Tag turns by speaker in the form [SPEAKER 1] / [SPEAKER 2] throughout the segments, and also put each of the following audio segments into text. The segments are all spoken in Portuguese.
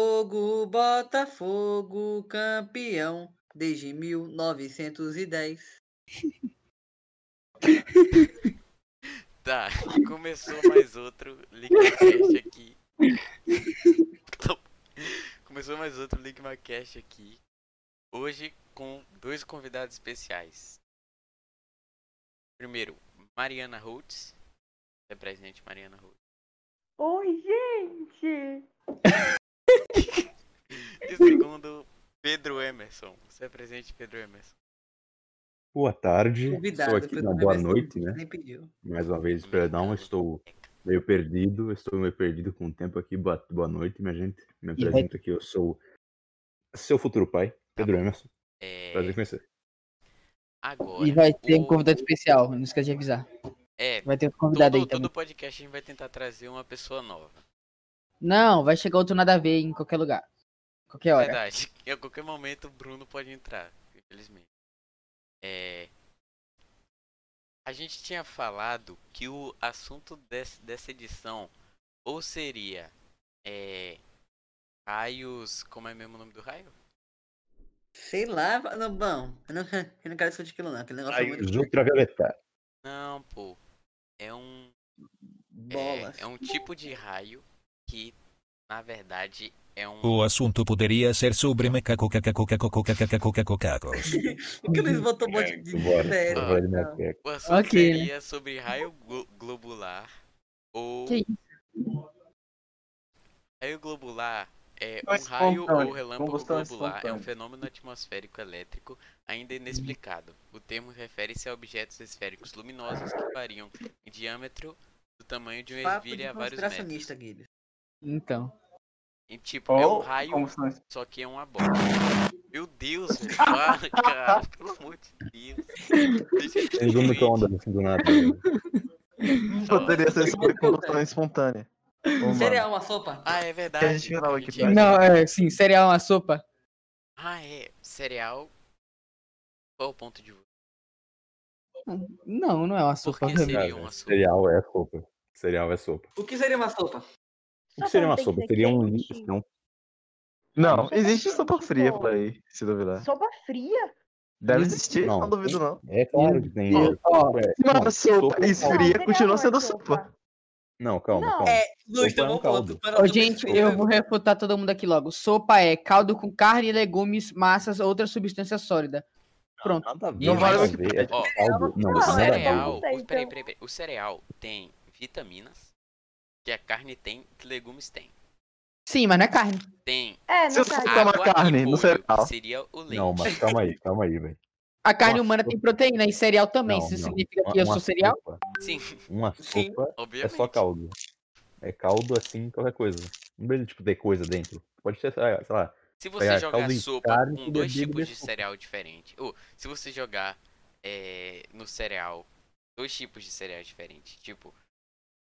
[SPEAKER 1] o Botafogo campeão desde 1910.
[SPEAKER 2] Tá, começou mais outro LinkmaCast aqui. Então, começou mais outro LinkmaCast aqui. Hoje com dois convidados especiais. Primeiro, Mariana Holtz. É presente, Mariana Holtz.
[SPEAKER 3] Oi, gente!
[SPEAKER 2] E segundo, Pedro Emerson. Você é presente, Pedro Emerson.
[SPEAKER 4] Boa tarde,
[SPEAKER 1] Convidado.
[SPEAKER 4] estou aqui
[SPEAKER 1] pelo
[SPEAKER 4] na boa
[SPEAKER 1] Emerson,
[SPEAKER 4] noite, né?
[SPEAKER 1] Nem pediu.
[SPEAKER 4] Mais uma vez, perdão, estou meio perdido, estou meio perdido com o tempo aqui. Boa, boa noite, minha gente. Me
[SPEAKER 5] vai-
[SPEAKER 4] apresento aqui, eu sou seu futuro pai, Pedro Emerson.
[SPEAKER 2] É,
[SPEAKER 4] Prazer em conhecer.
[SPEAKER 2] agora.
[SPEAKER 5] E vai ter um
[SPEAKER 2] o-
[SPEAKER 5] convidado especial, não esquece de avisar.
[SPEAKER 2] É,
[SPEAKER 5] Vai ter outro
[SPEAKER 2] todo,
[SPEAKER 5] convidado aí
[SPEAKER 2] todo
[SPEAKER 5] também.
[SPEAKER 2] podcast a gente vai tentar trazer uma pessoa nova.
[SPEAKER 5] Não, vai chegar outro nada a ver em qualquer lugar. Qualquer hora.
[SPEAKER 2] É Verdade. E a qualquer momento o Bruno pode entrar, infelizmente. É. A gente tinha falado que o assunto des- dessa edição ou seria é, raios. Como é mesmo o nome do raio?
[SPEAKER 1] Sei lá, não, bom, eu não, eu não quero discutir aquilo não, aquele negócio é muito
[SPEAKER 4] Raios ultravioleta.
[SPEAKER 2] Não, pô. É um
[SPEAKER 1] bolas.
[SPEAKER 2] É, é um tipo de raio que, na verdade, é um.
[SPEAKER 6] O assunto poderia ser sobre macaco cacaco cacaco cacaco cacaco cacos.
[SPEAKER 1] O que eles botou um monte de
[SPEAKER 4] É, Bora,
[SPEAKER 1] sério?
[SPEAKER 4] bora de
[SPEAKER 1] não.
[SPEAKER 4] macaco.
[SPEAKER 2] O assunto
[SPEAKER 5] Ok, né?
[SPEAKER 2] seria sobre raio glo- globular ou.
[SPEAKER 5] Que
[SPEAKER 2] Raio globular é um
[SPEAKER 7] Mas
[SPEAKER 2] raio ou
[SPEAKER 7] espontâneo,
[SPEAKER 2] relâmpago
[SPEAKER 7] combustão
[SPEAKER 2] globular é um
[SPEAKER 7] espontânea.
[SPEAKER 2] fenômeno atmosférico elétrico ainda inexplicado. O termo refere-se a objetos esféricos luminosos que variam em diâmetro do tamanho de uma
[SPEAKER 1] um Papo
[SPEAKER 2] ervilha
[SPEAKER 1] de
[SPEAKER 2] a é vários metros.
[SPEAKER 1] conspiracionista, Guilherme.
[SPEAKER 5] Então.
[SPEAKER 2] E, tipo, é um
[SPEAKER 7] Ou,
[SPEAKER 2] raio
[SPEAKER 7] Oh, como se não estivesse
[SPEAKER 2] Só que é uma bola. Meu Deus, velho. Para, cara. Pelo amor de Deus. Deixa eu
[SPEAKER 4] Eles vão
[SPEAKER 2] ver.
[SPEAKER 4] nunca onda assim do nada.
[SPEAKER 7] poderia ser sobre combustão espontânea. Humana.
[SPEAKER 1] Cereal, uma sopa.
[SPEAKER 2] Ah, é verdade.
[SPEAKER 7] Que a gente falava aqui
[SPEAKER 2] tinha-
[SPEAKER 7] atrás.
[SPEAKER 5] Não, é sim, cereal é uma sopa.
[SPEAKER 2] Ah, é. Cereal. Qual é o ponto de vista?
[SPEAKER 5] Não, não é uma
[SPEAKER 2] Por que
[SPEAKER 5] sopa. realmente.
[SPEAKER 2] seria
[SPEAKER 4] Cara,
[SPEAKER 2] uma sopa?
[SPEAKER 4] Cereal é sopa. Cereal é sopa.
[SPEAKER 1] O que seria uma sopa?
[SPEAKER 4] O que seria uma sopa? Seria um li-
[SPEAKER 3] quentinho.
[SPEAKER 4] não,
[SPEAKER 7] Não, existe sopa fria por aí, se duvidar.
[SPEAKER 3] Sopa fria?
[SPEAKER 7] Deve
[SPEAKER 5] Não.
[SPEAKER 7] existir, não,
[SPEAKER 4] Não.
[SPEAKER 7] duvido não.
[SPEAKER 4] É claro que tem.
[SPEAKER 5] Ó, ó,
[SPEAKER 4] é,
[SPEAKER 7] Mas
[SPEAKER 4] não,
[SPEAKER 7] sopa
[SPEAKER 4] é
[SPEAKER 3] Não,
[SPEAKER 7] esfria
[SPEAKER 3] cereal não
[SPEAKER 7] continua
[SPEAKER 3] é
[SPEAKER 7] sendo sopa.
[SPEAKER 4] Não, calma,
[SPEAKER 3] Não.
[SPEAKER 4] calma.
[SPEAKER 1] É, Luiz,
[SPEAKER 4] Sopa é um
[SPEAKER 1] tomou
[SPEAKER 4] caldo.
[SPEAKER 1] ponto para
[SPEAKER 5] Ô,
[SPEAKER 1] o
[SPEAKER 5] gente,
[SPEAKER 1] Luiz.
[SPEAKER 5] eu vou refutar todo mundo aqui logo. Sopa é caldo com carne, legumes, massas, outra substância sólida. Pronto.
[SPEAKER 4] Nada a ver,
[SPEAKER 2] Não
[SPEAKER 4] nada
[SPEAKER 2] vale
[SPEAKER 4] a
[SPEAKER 2] o que é
[SPEAKER 4] ver,
[SPEAKER 7] pede.
[SPEAKER 4] é
[SPEAKER 2] Ó,
[SPEAKER 4] caldo. Não,
[SPEAKER 2] O
[SPEAKER 3] Não,
[SPEAKER 4] nada a ver.
[SPEAKER 2] cereal. o-
[SPEAKER 3] não sei,
[SPEAKER 2] Peraí,
[SPEAKER 3] então.
[SPEAKER 2] peraí, peraí. O cereal tem vitaminas. Que a carne tem, que legumes tem.
[SPEAKER 5] Sim, mas não é carne.
[SPEAKER 2] Tem
[SPEAKER 3] É,
[SPEAKER 7] Se
[SPEAKER 3] no
[SPEAKER 7] eu
[SPEAKER 3] caso.
[SPEAKER 7] tomar
[SPEAKER 2] água
[SPEAKER 7] carne
[SPEAKER 2] e
[SPEAKER 7] no
[SPEAKER 2] molho,
[SPEAKER 7] cereal.
[SPEAKER 2] que seria o leite.
[SPEAKER 4] Não, mas calma aí, calma aí, velho.
[SPEAKER 5] A carne
[SPEAKER 4] Uma
[SPEAKER 5] humana tem proteína e cereal também.
[SPEAKER 4] Não,
[SPEAKER 5] Isso
[SPEAKER 4] não.
[SPEAKER 5] significa que eu
[SPEAKER 4] Uma
[SPEAKER 5] sou cereal?
[SPEAKER 4] sopa-
[SPEAKER 2] Sim,
[SPEAKER 4] Uma
[SPEAKER 1] Sim.
[SPEAKER 4] sopa é
[SPEAKER 2] obviamente.
[SPEAKER 4] só caldo. É caldo assim, qualquer coisa. Não precisa, tipo, ter coisa dentro. Pode ser, sei lá,
[SPEAKER 2] Se você
[SPEAKER 4] Pegar
[SPEAKER 2] jogar
[SPEAKER 4] caldo e
[SPEAKER 2] sopa
[SPEAKER 4] carne
[SPEAKER 2] com
[SPEAKER 4] e
[SPEAKER 2] dois
[SPEAKER 4] bebida
[SPEAKER 2] tipos de
[SPEAKER 4] depois.
[SPEAKER 2] cereal diferente, ou se você jogar é, no cereal dois tipos de cereal diferente, tipo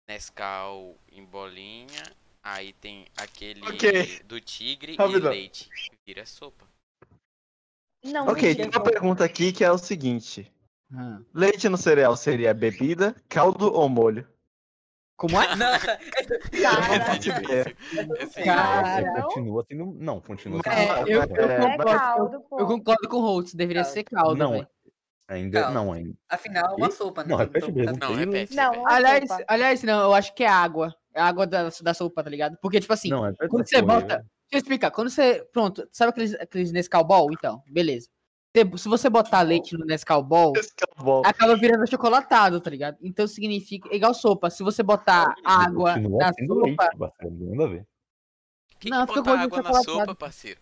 [SPEAKER 2] Nescau em bolinha, aí tem aquele
[SPEAKER 7] Ok.
[SPEAKER 2] do tigre e
[SPEAKER 7] Rapidão.
[SPEAKER 2] leite, vira sopa.
[SPEAKER 3] Não,
[SPEAKER 7] Ok, tem
[SPEAKER 3] mentira,
[SPEAKER 7] uma pergunta aqui que é o seguinte.
[SPEAKER 5] Ah.
[SPEAKER 7] Leite no cereal seria bebida, caldo ou molho?
[SPEAKER 5] Como é?
[SPEAKER 1] Não,
[SPEAKER 3] Ah,
[SPEAKER 2] Essa é
[SPEAKER 3] Cara,
[SPEAKER 2] difícil. Essa é
[SPEAKER 5] Cara.
[SPEAKER 2] difícil.
[SPEAKER 4] você
[SPEAKER 3] não.
[SPEAKER 4] continua assim, não, não continua assim.
[SPEAKER 5] É, eu, eu
[SPEAKER 7] É,
[SPEAKER 3] é
[SPEAKER 5] concordo, eu,
[SPEAKER 3] caldo, pô.
[SPEAKER 5] eu concordo com o Holtz, deveria
[SPEAKER 1] Caldo.
[SPEAKER 5] ser caldo,
[SPEAKER 4] Não,
[SPEAKER 5] velho.
[SPEAKER 4] Ainda,
[SPEAKER 1] Calma.
[SPEAKER 4] não, ainda.
[SPEAKER 1] afinal, uma sopa, né?
[SPEAKER 4] Não, repete
[SPEAKER 1] Então,
[SPEAKER 4] mesmo.
[SPEAKER 2] Não, repete.
[SPEAKER 3] Não,
[SPEAKER 2] repete.
[SPEAKER 3] é
[SPEAKER 5] Aliás,
[SPEAKER 3] sopa.
[SPEAKER 5] aliás, não, eu acho que é água. É água da, da sopa, tá ligado? Porque, tipo assim,
[SPEAKER 4] Não, é
[SPEAKER 5] quando você bota. Deixa eu explicar. Quando você. Pronto, sabe aqueles, aqueles Nescau Ball? Então, beleza. Se- Se você botar leite no Nescau Ball,
[SPEAKER 7] Escalbol.
[SPEAKER 5] acaba virando achocolatado, tá ligado? Então significa. é Igual sopa. Se você botar água
[SPEAKER 4] É, Continua
[SPEAKER 5] na
[SPEAKER 4] sendo leite,
[SPEAKER 5] sopa.
[SPEAKER 4] parceiro, não Nada a ver.
[SPEAKER 2] Quem
[SPEAKER 5] Não,
[SPEAKER 2] que
[SPEAKER 5] fica
[SPEAKER 2] bota
[SPEAKER 5] com gosto de
[SPEAKER 2] água na
[SPEAKER 5] chocolate,
[SPEAKER 2] sopa,
[SPEAKER 5] sabe?
[SPEAKER 2] parceiro?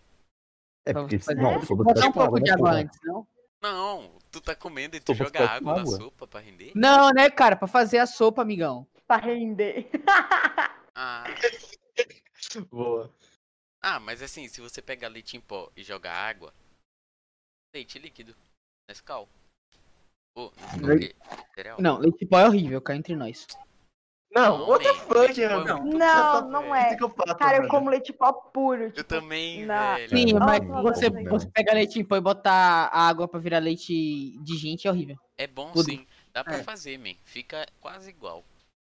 [SPEAKER 4] É
[SPEAKER 5] pra
[SPEAKER 4] porque
[SPEAKER 5] você fazer.
[SPEAKER 4] não, sopa
[SPEAKER 5] Botar um
[SPEAKER 4] parece
[SPEAKER 5] pouco
[SPEAKER 4] água,
[SPEAKER 5] de
[SPEAKER 4] né,
[SPEAKER 5] água
[SPEAKER 4] porra?
[SPEAKER 5] antes, não?
[SPEAKER 2] Não, tu tá comendo e tu
[SPEAKER 4] Sopa
[SPEAKER 2] joga
[SPEAKER 4] fica com
[SPEAKER 2] água na
[SPEAKER 4] água?
[SPEAKER 2] sopa pra render?
[SPEAKER 5] Não, né, cara? Pra fazer a sopa, amigão.
[SPEAKER 3] pra render.
[SPEAKER 2] Ah,
[SPEAKER 7] Boa.
[SPEAKER 2] ah, mas assim, se você pegar leite em pó e jogar água, leite líquido, Nescau. Pô, Nescau,
[SPEAKER 5] Leite-
[SPEAKER 2] que- cereal.
[SPEAKER 5] Não, leite em pó é horrível, cá entre nós.
[SPEAKER 7] Não, what the
[SPEAKER 2] man,
[SPEAKER 7] fuck,
[SPEAKER 2] leite em pó é
[SPEAKER 7] meu
[SPEAKER 2] muito bom.
[SPEAKER 3] Não,
[SPEAKER 7] tá
[SPEAKER 3] não
[SPEAKER 2] velho.
[SPEAKER 3] é.
[SPEAKER 7] Psicopata,
[SPEAKER 3] Cara, eu
[SPEAKER 7] velho.
[SPEAKER 3] como leite pó puro.
[SPEAKER 2] Eu
[SPEAKER 3] Tipo,
[SPEAKER 2] também,
[SPEAKER 3] Não.
[SPEAKER 2] velho.
[SPEAKER 5] Sim,
[SPEAKER 4] Não,
[SPEAKER 5] mas
[SPEAKER 3] não,
[SPEAKER 5] você,
[SPEAKER 4] né?
[SPEAKER 3] não.
[SPEAKER 5] você pega leite em pó e botar água pra virar leite de gente é horrível.
[SPEAKER 2] É bom
[SPEAKER 5] Tudo.
[SPEAKER 2] sim, dá pra
[SPEAKER 1] É.
[SPEAKER 2] fazer, man. Fica quase igual.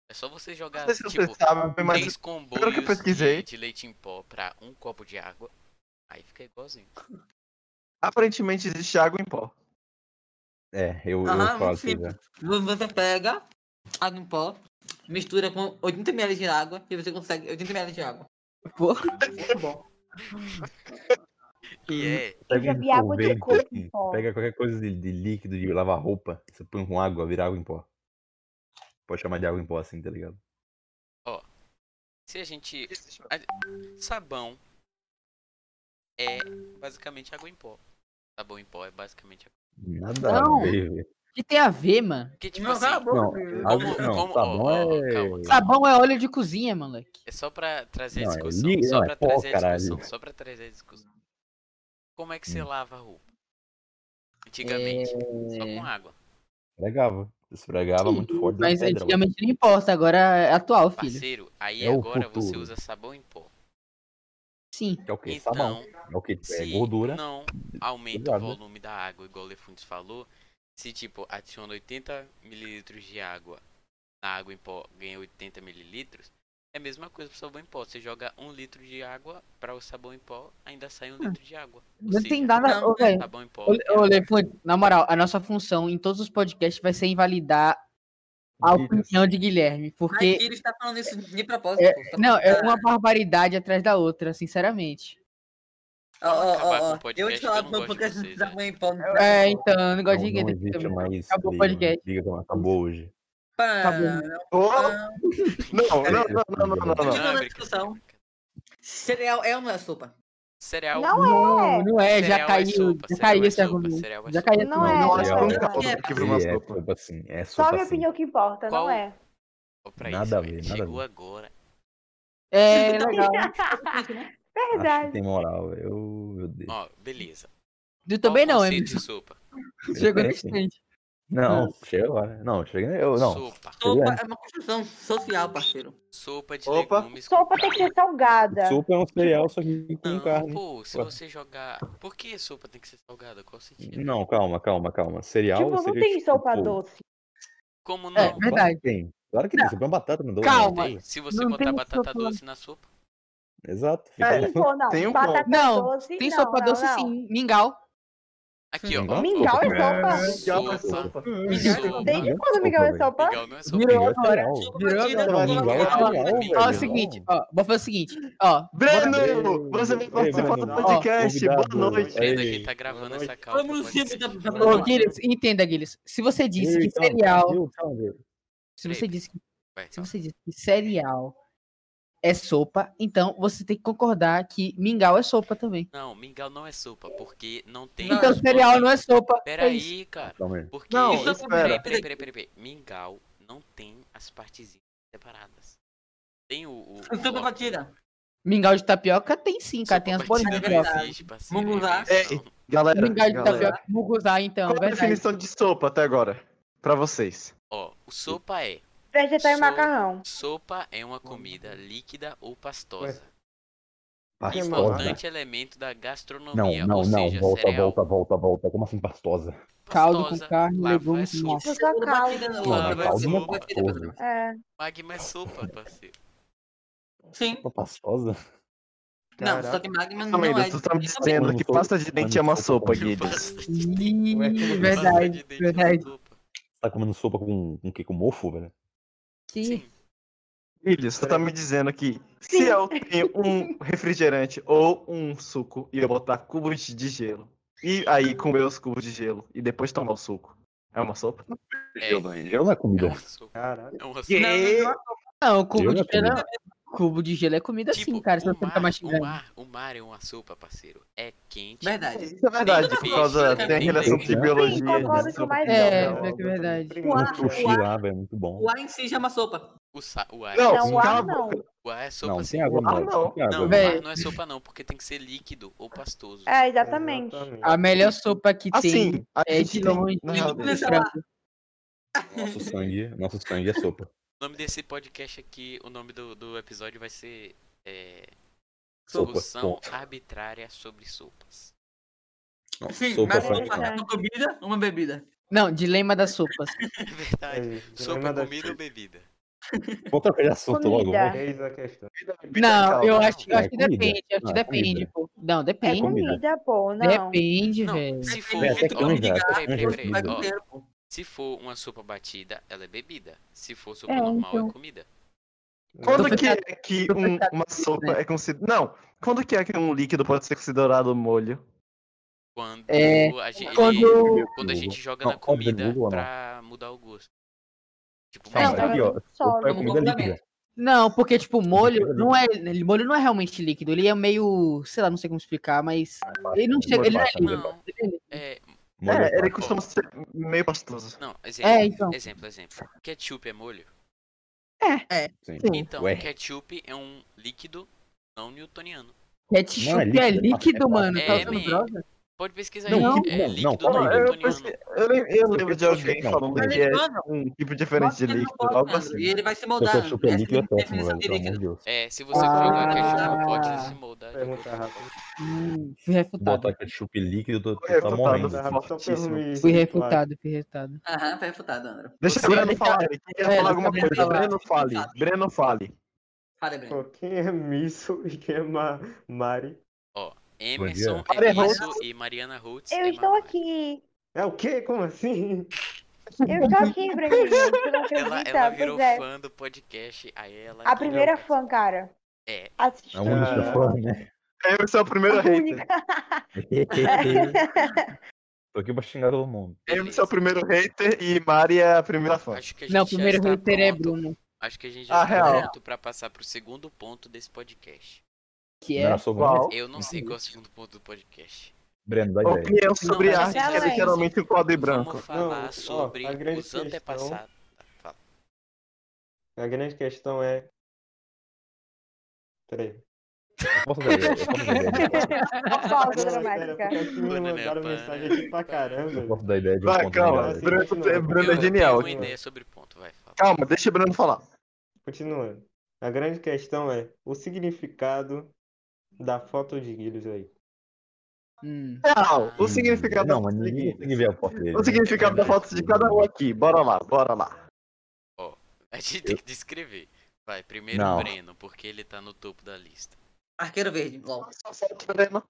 [SPEAKER 2] É só você jogar,
[SPEAKER 7] Não sei se
[SPEAKER 2] tipo,
[SPEAKER 7] você sabe, mas
[SPEAKER 2] três
[SPEAKER 7] eu
[SPEAKER 2] comboios
[SPEAKER 7] pesquisei.
[SPEAKER 2] de, de leite em pó pra um copo de água. Aí fica igualzinho.
[SPEAKER 7] Aparentemente existe água em pó.
[SPEAKER 4] É, eu,
[SPEAKER 1] Ah,
[SPEAKER 4] eu falo
[SPEAKER 1] sim.
[SPEAKER 4] que
[SPEAKER 7] né?
[SPEAKER 4] já.
[SPEAKER 1] Vo- Você pega água em pó, mistura com 80 ml de água e você consegue 80 ml de água. Muito bom.
[SPEAKER 7] Hum.
[SPEAKER 2] E é,
[SPEAKER 4] Pega
[SPEAKER 3] já vi água de
[SPEAKER 4] solvente,
[SPEAKER 3] coco em
[SPEAKER 4] assim,
[SPEAKER 3] pó.
[SPEAKER 4] Pega qualquer coisa de, de líquido, de lavar roupa, você põe com água, vira água em pó. Pode chamar de água em pó assim, tá ligado?
[SPEAKER 2] se a gente. a- Sabão é basicamente água em pó. Sabão em pó é basicamente água.
[SPEAKER 4] Nada
[SPEAKER 5] Não.
[SPEAKER 4] a ver, velho.
[SPEAKER 5] O que tem a ver, mano?
[SPEAKER 2] Porque, tipo
[SPEAKER 1] Não, cala a
[SPEAKER 2] assim,
[SPEAKER 1] boca,
[SPEAKER 4] Não,
[SPEAKER 1] filho.
[SPEAKER 4] água-
[SPEAKER 2] Como-
[SPEAKER 4] não,
[SPEAKER 2] como-
[SPEAKER 4] sabão
[SPEAKER 2] ó, ó,
[SPEAKER 4] é-
[SPEAKER 2] calma.
[SPEAKER 5] Sabão é óleo de cozinha, moleque.
[SPEAKER 2] É só pra trazer a
[SPEAKER 4] Não, é
[SPEAKER 2] discussão.
[SPEAKER 4] li-
[SPEAKER 2] Só
[SPEAKER 4] não, é
[SPEAKER 2] pra
[SPEAKER 4] pó,
[SPEAKER 2] trazer a
[SPEAKER 4] caralho.
[SPEAKER 2] discussão. Só pra trazer a discussão. Como é que você
[SPEAKER 4] Hum.
[SPEAKER 2] lava a roupa? Antigamente. Só
[SPEAKER 5] É,
[SPEAKER 2] com água.
[SPEAKER 4] Esfregava. Esfregava muito forte na
[SPEAKER 5] Mas
[SPEAKER 4] pedra, mano.
[SPEAKER 5] antigamente não importa, agora é atual, filho.
[SPEAKER 2] Parceiro, aí
[SPEAKER 4] É o
[SPEAKER 2] agora você
[SPEAKER 4] futuro.
[SPEAKER 2] usa sabão em pó.
[SPEAKER 5] Sim.
[SPEAKER 4] Que é o que? Sabão.
[SPEAKER 2] Então,
[SPEAKER 4] É o que? É
[SPEAKER 2] se
[SPEAKER 4] gordura.
[SPEAKER 2] não aumenta o
[SPEAKER 4] Obrigado. né?
[SPEAKER 2] volume da água, igual o Lefundes falou, se tipo adiciona 80 mililitros de água na água em pó, ganha 80 mililitros, é a mesma coisa pro sabão em pó. Você joga um litro de água para o sabão em pó, ainda sai
[SPEAKER 5] Hum.
[SPEAKER 2] um litro de água. Ou
[SPEAKER 5] Não tem
[SPEAKER 2] seja,
[SPEAKER 5] nada.
[SPEAKER 1] não,
[SPEAKER 5] Ô, velho.
[SPEAKER 4] Tá
[SPEAKER 2] Sabão em pó. é
[SPEAKER 5] Ô, ô, Lefone, na moral, a nossa função em todos os podcasts vai ser invalidar a opinião de Guilherme,
[SPEAKER 1] Mas
[SPEAKER 5] porque
[SPEAKER 1] ele está falando isso de propósito. pô, Tá só pra
[SPEAKER 5] não, é
[SPEAKER 1] ficar-
[SPEAKER 5] uma barbaridade atrás da outra, sinceramente.
[SPEAKER 1] Ó, ó,
[SPEAKER 2] acabar com
[SPEAKER 1] ó,
[SPEAKER 2] o
[SPEAKER 1] ó.
[SPEAKER 2] podcast,
[SPEAKER 1] Eu te
[SPEAKER 2] eu
[SPEAKER 1] falo
[SPEAKER 2] não
[SPEAKER 1] por
[SPEAKER 2] gosto de
[SPEAKER 1] porque
[SPEAKER 2] vocês,
[SPEAKER 1] da
[SPEAKER 2] né?
[SPEAKER 1] mãe em pó.
[SPEAKER 5] É, então, eu não gosto de
[SPEAKER 4] Não, não
[SPEAKER 5] Guilherme
[SPEAKER 4] existe
[SPEAKER 5] também.
[SPEAKER 4] mais.
[SPEAKER 5] Acabou o
[SPEAKER 4] briga, mano.
[SPEAKER 5] podcast.
[SPEAKER 4] Briga como acabou hoje.
[SPEAKER 5] É, tá
[SPEAKER 1] Para.
[SPEAKER 7] Não, não, não, não, não, não, não.
[SPEAKER 1] Continua na
[SPEAKER 2] brincadeira,
[SPEAKER 1] discussão.
[SPEAKER 2] brincadeira.
[SPEAKER 1] Cereal é uma sopa.
[SPEAKER 2] Cereal.
[SPEAKER 3] Não
[SPEAKER 5] Não,
[SPEAKER 3] é.
[SPEAKER 5] não é, já
[SPEAKER 2] cereal
[SPEAKER 5] caiu,
[SPEAKER 2] sopa,
[SPEAKER 5] já
[SPEAKER 2] cereal
[SPEAKER 5] caiu
[SPEAKER 2] um é
[SPEAKER 5] esse
[SPEAKER 2] sopa,
[SPEAKER 5] argumento.
[SPEAKER 2] cereal é
[SPEAKER 5] Já
[SPEAKER 2] sopa.
[SPEAKER 5] caiu.
[SPEAKER 3] Não é,
[SPEAKER 7] eu
[SPEAKER 3] não
[SPEAKER 7] acho
[SPEAKER 4] é.
[SPEAKER 7] que um nunca falou do que virou uma
[SPEAKER 4] é
[SPEAKER 7] sopa.
[SPEAKER 4] sopa assim. É
[SPEAKER 3] Só a
[SPEAKER 4] sopa
[SPEAKER 3] minha
[SPEAKER 4] assim.
[SPEAKER 3] opinião que importa,
[SPEAKER 2] Qual-
[SPEAKER 3] não é.
[SPEAKER 2] Ó, pra
[SPEAKER 4] Nada
[SPEAKER 2] isso,
[SPEAKER 4] a
[SPEAKER 2] velho.
[SPEAKER 4] ver, nada a
[SPEAKER 2] Chegou
[SPEAKER 4] ver.
[SPEAKER 2] agora.
[SPEAKER 5] É legal.
[SPEAKER 4] Acho que
[SPEAKER 3] Verdade.
[SPEAKER 4] tem moral. Eu, meu Deus.
[SPEAKER 2] Ó, beleza.
[SPEAKER 5] Eu também
[SPEAKER 2] Qual o
[SPEAKER 5] não, é
[SPEAKER 2] conceito de sopa.
[SPEAKER 5] Chegou
[SPEAKER 4] É,
[SPEAKER 5] no
[SPEAKER 4] sim.
[SPEAKER 5] instante.
[SPEAKER 4] Não, chega agora. Não, chega. Eu, não.
[SPEAKER 2] Sopa.
[SPEAKER 1] Sopa é uma construção social, parceiro.
[SPEAKER 2] Sopa de
[SPEAKER 7] Opa.
[SPEAKER 2] legumes com
[SPEAKER 3] Sopa tem que
[SPEAKER 2] carne.
[SPEAKER 3] ser salgada.
[SPEAKER 4] Sopa é um cereal, só que com
[SPEAKER 2] Não,
[SPEAKER 4] carne.
[SPEAKER 2] pô, se
[SPEAKER 4] Ué.
[SPEAKER 2] você jogar. Por que sopa tem que ser salgada? Qual o sentido?
[SPEAKER 4] Não, calma, calma, calma. Cereal
[SPEAKER 3] Tipo, não
[SPEAKER 4] seria
[SPEAKER 3] tem
[SPEAKER 4] tipo,
[SPEAKER 3] sopa
[SPEAKER 4] pô,
[SPEAKER 3] doce.
[SPEAKER 2] Como
[SPEAKER 5] É,
[SPEAKER 2] não?
[SPEAKER 4] claro que
[SPEAKER 5] verdade.
[SPEAKER 4] Tem. Claro que tem. Sopa é uma batata, não dou
[SPEAKER 5] Calma.
[SPEAKER 2] Tem. Se você
[SPEAKER 5] Não
[SPEAKER 2] botar
[SPEAKER 5] tem
[SPEAKER 2] batata
[SPEAKER 5] sopa.
[SPEAKER 2] doce na sopa,
[SPEAKER 4] Exato. Fica
[SPEAKER 7] É.
[SPEAKER 3] Sim, pô, não.
[SPEAKER 7] Tem um
[SPEAKER 3] Batata
[SPEAKER 7] pão.
[SPEAKER 5] Não,
[SPEAKER 3] doce.
[SPEAKER 5] Tem
[SPEAKER 3] não,
[SPEAKER 5] sopa
[SPEAKER 3] não,
[SPEAKER 5] doce
[SPEAKER 3] não.
[SPEAKER 5] sim, mingau.
[SPEAKER 2] aqui ó.
[SPEAKER 4] Mingau?
[SPEAKER 3] Mingau é
[SPEAKER 4] Sopa.
[SPEAKER 3] sopa.
[SPEAKER 7] Mingau é sopa.
[SPEAKER 2] Mingau.
[SPEAKER 3] Desde quando mingau é sopa?
[SPEAKER 2] Mingau não é sopa.
[SPEAKER 5] Virou
[SPEAKER 4] Mingau é
[SPEAKER 5] agora.
[SPEAKER 4] cereal.
[SPEAKER 5] Virou
[SPEAKER 1] Batida, bola,
[SPEAKER 5] agora.
[SPEAKER 4] Mingau é
[SPEAKER 7] um,
[SPEAKER 1] bola.
[SPEAKER 4] cereal, velho.
[SPEAKER 5] Ó, é o seguinte, ó, vou fazer o seguinte, ó.
[SPEAKER 7] Breno, você vai
[SPEAKER 4] Ei,
[SPEAKER 7] participar do
[SPEAKER 4] Breno.
[SPEAKER 7] podcast.
[SPEAKER 4] Ó,
[SPEAKER 7] Boa
[SPEAKER 4] convidado.
[SPEAKER 7] noite.
[SPEAKER 2] Breno, a
[SPEAKER 4] Ei.
[SPEAKER 2] gente tá gravando
[SPEAKER 7] Boa noite.
[SPEAKER 2] essa calça.
[SPEAKER 1] Vamos no
[SPEAKER 2] pode
[SPEAKER 1] centro
[SPEAKER 2] ser.
[SPEAKER 1] da-
[SPEAKER 5] Ô,
[SPEAKER 1] da-
[SPEAKER 5] Guilherme, entenda, Guilherme. Se você disse que
[SPEAKER 4] Então,
[SPEAKER 5] cereal.
[SPEAKER 4] viu, então, viu?
[SPEAKER 5] Se você
[SPEAKER 2] Ei,
[SPEAKER 5] disse que,
[SPEAKER 2] Vai,
[SPEAKER 5] se
[SPEAKER 2] fala.
[SPEAKER 5] você disse que cereal é sopa, então você tem que concordar que mingau é sopa também.
[SPEAKER 2] Não, mingau não é sopa, porque não tem.
[SPEAKER 1] Não,
[SPEAKER 5] Então cereal não é sopa. é isso.
[SPEAKER 2] Peraí, cara.
[SPEAKER 4] Calma aí.
[SPEAKER 2] Porque.
[SPEAKER 7] Não,
[SPEAKER 2] Peraí,
[SPEAKER 7] espera.
[SPEAKER 2] Peraí, peraí, peraí, peraí. Mingau não tem as partezinhas separadas. Tem o. o, o
[SPEAKER 1] Sopa
[SPEAKER 2] bloco.
[SPEAKER 1] batida.
[SPEAKER 5] Mingau de tapioca tem sim, cara. Tem as
[SPEAKER 2] Sopa batida
[SPEAKER 5] bolinhas de
[SPEAKER 2] não
[SPEAKER 5] tapioca.
[SPEAKER 2] existe, parceiro,
[SPEAKER 1] Munguzá.
[SPEAKER 2] é invenção.
[SPEAKER 7] Galera,
[SPEAKER 5] Mingau de
[SPEAKER 7] galera,
[SPEAKER 5] tapioca, muguzá, então,
[SPEAKER 7] qual a
[SPEAKER 5] verdade.
[SPEAKER 7] definição de sopa até agora? Pra vocês.
[SPEAKER 2] Ó, o sopa é.
[SPEAKER 3] Vegetal e
[SPEAKER 2] Sopa.
[SPEAKER 3] macarrão.
[SPEAKER 2] Sopa é uma comida líquida ou pastosa.
[SPEAKER 4] Pastosa.
[SPEAKER 2] Importante elemento da
[SPEAKER 4] Não,
[SPEAKER 2] gastronomia.
[SPEAKER 4] não,
[SPEAKER 2] ou
[SPEAKER 4] não.
[SPEAKER 2] seja,
[SPEAKER 4] Volta,
[SPEAKER 2] cereal,
[SPEAKER 4] volta, volta, volta. Como assim pastosa?
[SPEAKER 5] Caldo com
[SPEAKER 2] pastosa,
[SPEAKER 5] carne,
[SPEAKER 2] lava é
[SPEAKER 5] legumes,
[SPEAKER 2] sopa.
[SPEAKER 5] nossa.
[SPEAKER 3] Só
[SPEAKER 1] Sopa
[SPEAKER 3] caldo.
[SPEAKER 1] batida,
[SPEAKER 4] Não,
[SPEAKER 2] Ah,
[SPEAKER 4] mas
[SPEAKER 2] vai
[SPEAKER 4] caldo não é
[SPEAKER 2] sopa.
[SPEAKER 4] pastoso.
[SPEAKER 3] É.
[SPEAKER 2] Magma é sopa, parceiro.
[SPEAKER 1] Sim.
[SPEAKER 4] Sopa pastosa?
[SPEAKER 1] Não,
[SPEAKER 7] Caraca.
[SPEAKER 1] só que magma não
[SPEAKER 7] Calma aí,
[SPEAKER 1] é.
[SPEAKER 7] tu tá me
[SPEAKER 1] de-
[SPEAKER 7] dizendo que pasta de dente é uma sopa, Guilherme.
[SPEAKER 2] Pasta de dente-
[SPEAKER 5] Ih,
[SPEAKER 7] Ué, como que
[SPEAKER 2] pasta
[SPEAKER 5] Verdade,
[SPEAKER 2] de dente é uma
[SPEAKER 5] verdade.
[SPEAKER 2] sopa.
[SPEAKER 4] Você tá comendo sopa com, com o quê? Com mofo, velho?
[SPEAKER 5] Que
[SPEAKER 2] assim? Sim.
[SPEAKER 7] Filhos, tu tá me dizendo que se eu tenho um refrigerante ou um suco e eu botar cubos de gelo, e aí comer os cubos de gelo e depois tomar o suco, é uma sopa?
[SPEAKER 2] É,
[SPEAKER 4] Gelo não é
[SPEAKER 2] é
[SPEAKER 4] comida.
[SPEAKER 2] uma sopa.
[SPEAKER 7] Caralho.
[SPEAKER 2] É uma sopa.
[SPEAKER 1] Não, não, não.
[SPEAKER 5] Não, cubo
[SPEAKER 4] Eu
[SPEAKER 5] de
[SPEAKER 4] não
[SPEAKER 5] gelo é... Cubo de gelo é comida sim, cara.
[SPEAKER 2] o
[SPEAKER 5] Se você não
[SPEAKER 2] Tipo um mar-
[SPEAKER 5] tá mastigando.
[SPEAKER 2] O mar, o mar é uma sopa, parceiro. É quente.
[SPEAKER 1] Verdade.
[SPEAKER 7] Isso é verdade, por
[SPEAKER 2] Tem
[SPEAKER 7] causa.
[SPEAKER 2] peixe,
[SPEAKER 7] né? Tem aquele
[SPEAKER 2] tem
[SPEAKER 7] assunto de
[SPEAKER 4] peixe.
[SPEAKER 7] biologia. então, né?
[SPEAKER 3] Sim, concordo
[SPEAKER 7] de
[SPEAKER 3] com mais
[SPEAKER 7] sopa.
[SPEAKER 5] É, é que é verdade.
[SPEAKER 4] Um
[SPEAKER 1] Uau.
[SPEAKER 4] sushi
[SPEAKER 1] Uau.
[SPEAKER 4] lá, velho, muito bom.
[SPEAKER 1] O ar em si já é uma sopa.
[SPEAKER 2] O, sa- o ar, é
[SPEAKER 7] Não,
[SPEAKER 3] Não, o
[SPEAKER 7] cala a
[SPEAKER 3] ar não.
[SPEAKER 2] o ar é sopa
[SPEAKER 4] Não,
[SPEAKER 2] sim.
[SPEAKER 4] sem água,
[SPEAKER 7] Ah,
[SPEAKER 4] não.
[SPEAKER 7] não.
[SPEAKER 4] Sem água,
[SPEAKER 2] Não, o
[SPEAKER 4] velho.
[SPEAKER 2] ar
[SPEAKER 5] Véi.
[SPEAKER 2] não é sopa não, porque tem que ser líquido ou pastoso.
[SPEAKER 3] É, exatamente.
[SPEAKER 5] A melhor sopa que tem
[SPEAKER 7] Assim, a
[SPEAKER 5] é de
[SPEAKER 7] gente tem-
[SPEAKER 5] longe.
[SPEAKER 7] na
[SPEAKER 1] Tem
[SPEAKER 7] real,
[SPEAKER 1] que começar
[SPEAKER 5] frango.
[SPEAKER 1] lá.
[SPEAKER 4] Nosso sangue, nosso sangue é sopa.
[SPEAKER 2] O nome desse podcast aqui, o nome do, do episódio vai ser é,
[SPEAKER 4] Sopa,
[SPEAKER 2] Solução
[SPEAKER 4] ponto.
[SPEAKER 2] Arbitrária sobre Sopas.
[SPEAKER 4] Não,
[SPEAKER 1] Sim,
[SPEAKER 4] sopa
[SPEAKER 7] é
[SPEAKER 1] mas
[SPEAKER 4] faz
[SPEAKER 1] vamos falar uma comida, uma bebida.
[SPEAKER 5] Não, dilema das sopas.
[SPEAKER 1] É,
[SPEAKER 8] é
[SPEAKER 2] É verdade. Sopa, comida ou bebida?
[SPEAKER 9] Volta aquele assunto logo.
[SPEAKER 3] Comida.
[SPEAKER 9] vai.
[SPEAKER 8] Eis a questão.
[SPEAKER 5] Não, eu acho, eu
[SPEAKER 9] É
[SPEAKER 5] acho que
[SPEAKER 9] comida?
[SPEAKER 5] depende, eu acho que
[SPEAKER 9] Não, é comida.
[SPEAKER 5] depende, pô. Não,
[SPEAKER 3] É
[SPEAKER 5] depende.
[SPEAKER 9] comida.
[SPEAKER 3] comida, pô, não.
[SPEAKER 5] Depende,
[SPEAKER 2] Não,
[SPEAKER 5] velho.
[SPEAKER 2] se for.
[SPEAKER 1] Bem, até que
[SPEAKER 2] ó,
[SPEAKER 1] não já,
[SPEAKER 2] peraí, peraí,
[SPEAKER 9] já
[SPEAKER 2] peraí,
[SPEAKER 9] Comida.
[SPEAKER 1] Vai com
[SPEAKER 2] é ó,
[SPEAKER 1] dinheiro, pô.
[SPEAKER 2] se for uma sopa batida, ela é bebida. Se for sopa
[SPEAKER 3] É,
[SPEAKER 2] normal,
[SPEAKER 3] então.
[SPEAKER 2] é comida.
[SPEAKER 7] Quando
[SPEAKER 5] Tô
[SPEAKER 7] que
[SPEAKER 5] pensando-
[SPEAKER 7] é que
[SPEAKER 5] tô
[SPEAKER 7] um-
[SPEAKER 5] pensando
[SPEAKER 7] uma
[SPEAKER 5] nisso,
[SPEAKER 7] sopa
[SPEAKER 5] né?
[SPEAKER 7] é considerada. Não! Quando que é que um líquido pode ser considerado molho?
[SPEAKER 2] Quando
[SPEAKER 5] É,
[SPEAKER 2] a gente.
[SPEAKER 5] Quando.
[SPEAKER 2] quando a gente joga
[SPEAKER 9] Não,
[SPEAKER 2] na
[SPEAKER 9] come
[SPEAKER 2] comida
[SPEAKER 9] Google ou não?
[SPEAKER 2] pra mudar o gosto. Tipo,
[SPEAKER 9] Não,
[SPEAKER 2] mas-
[SPEAKER 9] tá aqui, ó.
[SPEAKER 3] tudo só,
[SPEAKER 9] Opa, é
[SPEAKER 3] né?
[SPEAKER 9] comida líquida.
[SPEAKER 5] Não, porque, tipo, molho não é. Molho não é realmente líquido. Ele é meio. Sei lá, não sei como explicar, mas. Ele não chega. Ele não é
[SPEAKER 9] Molho
[SPEAKER 5] líquido.
[SPEAKER 2] não, é,
[SPEAKER 9] Molho
[SPEAKER 7] É, ele
[SPEAKER 9] básico.
[SPEAKER 7] costuma ser meio pastoso.
[SPEAKER 2] não, exemplo,
[SPEAKER 5] É, então.
[SPEAKER 2] exemplo, exemplo. Ketchup é molho?
[SPEAKER 9] Sim.
[SPEAKER 5] Sim.
[SPEAKER 2] Então,
[SPEAKER 9] Ué.
[SPEAKER 2] ketchup é um líquido não newtoniano.
[SPEAKER 9] Não, é
[SPEAKER 5] Ketchup
[SPEAKER 9] líquido,
[SPEAKER 5] é
[SPEAKER 9] é
[SPEAKER 5] líquido,
[SPEAKER 9] fácil,
[SPEAKER 5] mano.
[SPEAKER 2] é
[SPEAKER 5] Tá
[SPEAKER 2] fácil.
[SPEAKER 5] usando
[SPEAKER 2] É,
[SPEAKER 5] droga?
[SPEAKER 2] Pode pesquisar
[SPEAKER 9] Não,
[SPEAKER 2] aí.
[SPEAKER 9] que-
[SPEAKER 2] é
[SPEAKER 9] não,
[SPEAKER 2] líquido
[SPEAKER 9] não, calma
[SPEAKER 7] Não,
[SPEAKER 2] não
[SPEAKER 9] aí,
[SPEAKER 7] eu,
[SPEAKER 2] newtoniano.
[SPEAKER 7] pensei- eu lem- eu lembro de alguém
[SPEAKER 9] Não,
[SPEAKER 7] falando
[SPEAKER 1] Mas
[SPEAKER 7] que é
[SPEAKER 1] ele manda,
[SPEAKER 7] um tipo
[SPEAKER 1] bota
[SPEAKER 7] diferente de
[SPEAKER 1] ele no
[SPEAKER 7] líquido,
[SPEAKER 1] pote,
[SPEAKER 7] algo
[SPEAKER 1] Leandro, E
[SPEAKER 7] assim.
[SPEAKER 1] ele vai se
[SPEAKER 9] Porque
[SPEAKER 1] moldar.
[SPEAKER 9] ketchup é
[SPEAKER 1] Essa
[SPEAKER 9] líquido é
[SPEAKER 1] a
[SPEAKER 9] péssimo,
[SPEAKER 1] definição
[SPEAKER 9] velho.
[SPEAKER 1] de
[SPEAKER 9] Pelo amor de
[SPEAKER 1] líquido.
[SPEAKER 9] Deus.
[SPEAKER 2] É, se você
[SPEAKER 5] Ah.
[SPEAKER 2] jogar ketchup no pote, ele se moldar.
[SPEAKER 7] É.
[SPEAKER 2] de algum
[SPEAKER 8] Pergunta
[SPEAKER 2] jeito.
[SPEAKER 8] rápida.
[SPEAKER 5] Hum, fui refutado.
[SPEAKER 9] Botar ketchup líquido, tu- tu tá
[SPEAKER 7] Refutado,
[SPEAKER 9] morrendo.
[SPEAKER 7] tá
[SPEAKER 9] filho.
[SPEAKER 8] Só pelo
[SPEAKER 7] fortíssimo.
[SPEAKER 8] Luiz.
[SPEAKER 5] Fui
[SPEAKER 8] claro.
[SPEAKER 5] refutado, fui refutado.
[SPEAKER 1] Aham, foi refutado, André.
[SPEAKER 7] Deixa
[SPEAKER 5] Você-
[SPEAKER 7] o Breno
[SPEAKER 5] Deixa-
[SPEAKER 7] falar, ele quer
[SPEAKER 5] é,
[SPEAKER 7] falar alguma
[SPEAKER 5] deixa eu
[SPEAKER 7] coisa.
[SPEAKER 5] falar.
[SPEAKER 7] Breno fale, Breno fale.
[SPEAKER 1] Fala, Breno.
[SPEAKER 8] Pô, Quem é Misso e quem é Ma- Mari?
[SPEAKER 2] Emerson
[SPEAKER 9] Bom
[SPEAKER 7] dia.
[SPEAKER 2] é isso e Mariana Holtz
[SPEAKER 3] Eu
[SPEAKER 2] é
[SPEAKER 3] estou
[SPEAKER 2] mamãe.
[SPEAKER 3] aqui.
[SPEAKER 8] É o quê? Como assim?
[SPEAKER 3] Eu estou aqui, Breninho. Você não
[SPEAKER 2] Ela,
[SPEAKER 3] acredita?
[SPEAKER 2] ela virou
[SPEAKER 3] pois é.
[SPEAKER 2] fã do podcast, aí ela...
[SPEAKER 3] A primeira fã, cara.
[SPEAKER 2] É.
[SPEAKER 3] Assisti.
[SPEAKER 9] É um
[SPEAKER 8] Ah.
[SPEAKER 9] dos fãs, né?
[SPEAKER 7] Eu sou é o primeiro
[SPEAKER 3] A
[SPEAKER 7] hater.
[SPEAKER 3] única.
[SPEAKER 9] Tô aqui pra xingar todo mundo.
[SPEAKER 7] Emerson é o primeiro hater e Mari é a primeira fã.
[SPEAKER 2] Acho que a gente
[SPEAKER 5] Não, o
[SPEAKER 2] já
[SPEAKER 5] primeiro
[SPEAKER 2] está
[SPEAKER 5] hater é
[SPEAKER 2] pronto.
[SPEAKER 5] Bruno,
[SPEAKER 2] Acho que a gente já
[SPEAKER 7] Ah,
[SPEAKER 2] está
[SPEAKER 7] real.
[SPEAKER 2] pronto pra passar pro segundo ponto desse podcast.
[SPEAKER 5] que é.
[SPEAKER 9] Não, sou
[SPEAKER 7] Qual?
[SPEAKER 2] Eu não sei qual é o segundo ponto do podcast.
[SPEAKER 9] Breno, dá ideia.
[SPEAKER 7] Opinião sobre
[SPEAKER 2] Não, mas
[SPEAKER 7] arte,
[SPEAKER 3] isso
[SPEAKER 7] que
[SPEAKER 3] é
[SPEAKER 7] é literalmente um quadro em branco.
[SPEAKER 2] Vamos falar
[SPEAKER 8] Não, ó,
[SPEAKER 2] sobre
[SPEAKER 8] a grande
[SPEAKER 2] os
[SPEAKER 8] questão-
[SPEAKER 2] antepassados. Fala.
[SPEAKER 8] A grande questão é. Peraí.
[SPEAKER 9] Eu posso dar ideia. Eu posso dar ideia.
[SPEAKER 3] A
[SPEAKER 5] é
[SPEAKER 3] pausa
[SPEAKER 8] Não, sério,
[SPEAKER 3] dramática.
[SPEAKER 8] porque aqui me
[SPEAKER 2] Banana
[SPEAKER 8] mandaram
[SPEAKER 2] pan.
[SPEAKER 8] mensagem aqui pra
[SPEAKER 9] Eu
[SPEAKER 8] caramba.
[SPEAKER 9] posso dar ideia de um
[SPEAKER 7] Vai,
[SPEAKER 9] ponto
[SPEAKER 7] calma.
[SPEAKER 9] melhor.
[SPEAKER 7] Bruno, é- Bruno é
[SPEAKER 2] eu
[SPEAKER 7] genial.
[SPEAKER 9] tipo.
[SPEAKER 2] tenho um uma ideia sobre o ponto, vai. Fala.
[SPEAKER 7] Calma, deixa o Bruno falar.
[SPEAKER 8] Continuando. A grande questão é o significado da foto de Guilhos aí.
[SPEAKER 5] Hum.
[SPEAKER 7] Não, o
[SPEAKER 9] Hum,
[SPEAKER 7] significado
[SPEAKER 9] Não,
[SPEAKER 7] da
[SPEAKER 9] mas
[SPEAKER 7] foto de
[SPEAKER 9] ninguém
[SPEAKER 7] Guilhos.
[SPEAKER 9] consegue ver a foto dele.
[SPEAKER 7] O significado da foto de cada um aqui. Bora lá, bora lá.
[SPEAKER 2] A gente tem que descrever. Vai, primeiro
[SPEAKER 9] Não.
[SPEAKER 2] o Breno, porque ele tá no topo da lista.
[SPEAKER 1] Arqueiro verde, LOL.
[SPEAKER 7] Só foto, Breno.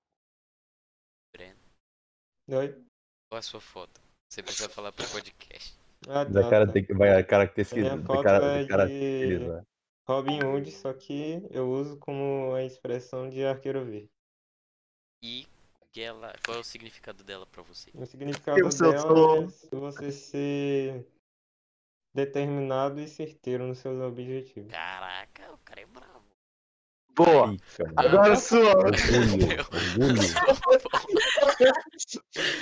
[SPEAKER 8] Oi?
[SPEAKER 2] Qual a sua foto? Você precisa falar pro podcast.
[SPEAKER 8] Ah,
[SPEAKER 9] Da cara
[SPEAKER 8] tá.
[SPEAKER 9] tem que. Vai a
[SPEAKER 8] A minha
[SPEAKER 9] característica.
[SPEAKER 8] foto
[SPEAKER 9] Da cara,
[SPEAKER 8] é
[SPEAKER 9] da cara,
[SPEAKER 8] de
[SPEAKER 9] beleza.
[SPEAKER 8] Robin Hood, só que eu uso como a expressão de arqueiro verde.
[SPEAKER 2] E que ela, qual é o significado dela pra você?
[SPEAKER 8] O significado
[SPEAKER 7] Eu sou-
[SPEAKER 8] dela é você ser determinado e certeiro nos seus objetivos.
[SPEAKER 2] Caraca, o cara é bravo.
[SPEAKER 7] Boa.
[SPEAKER 9] Fica, mano.
[SPEAKER 7] Agora é sua.
[SPEAKER 9] Orgulho.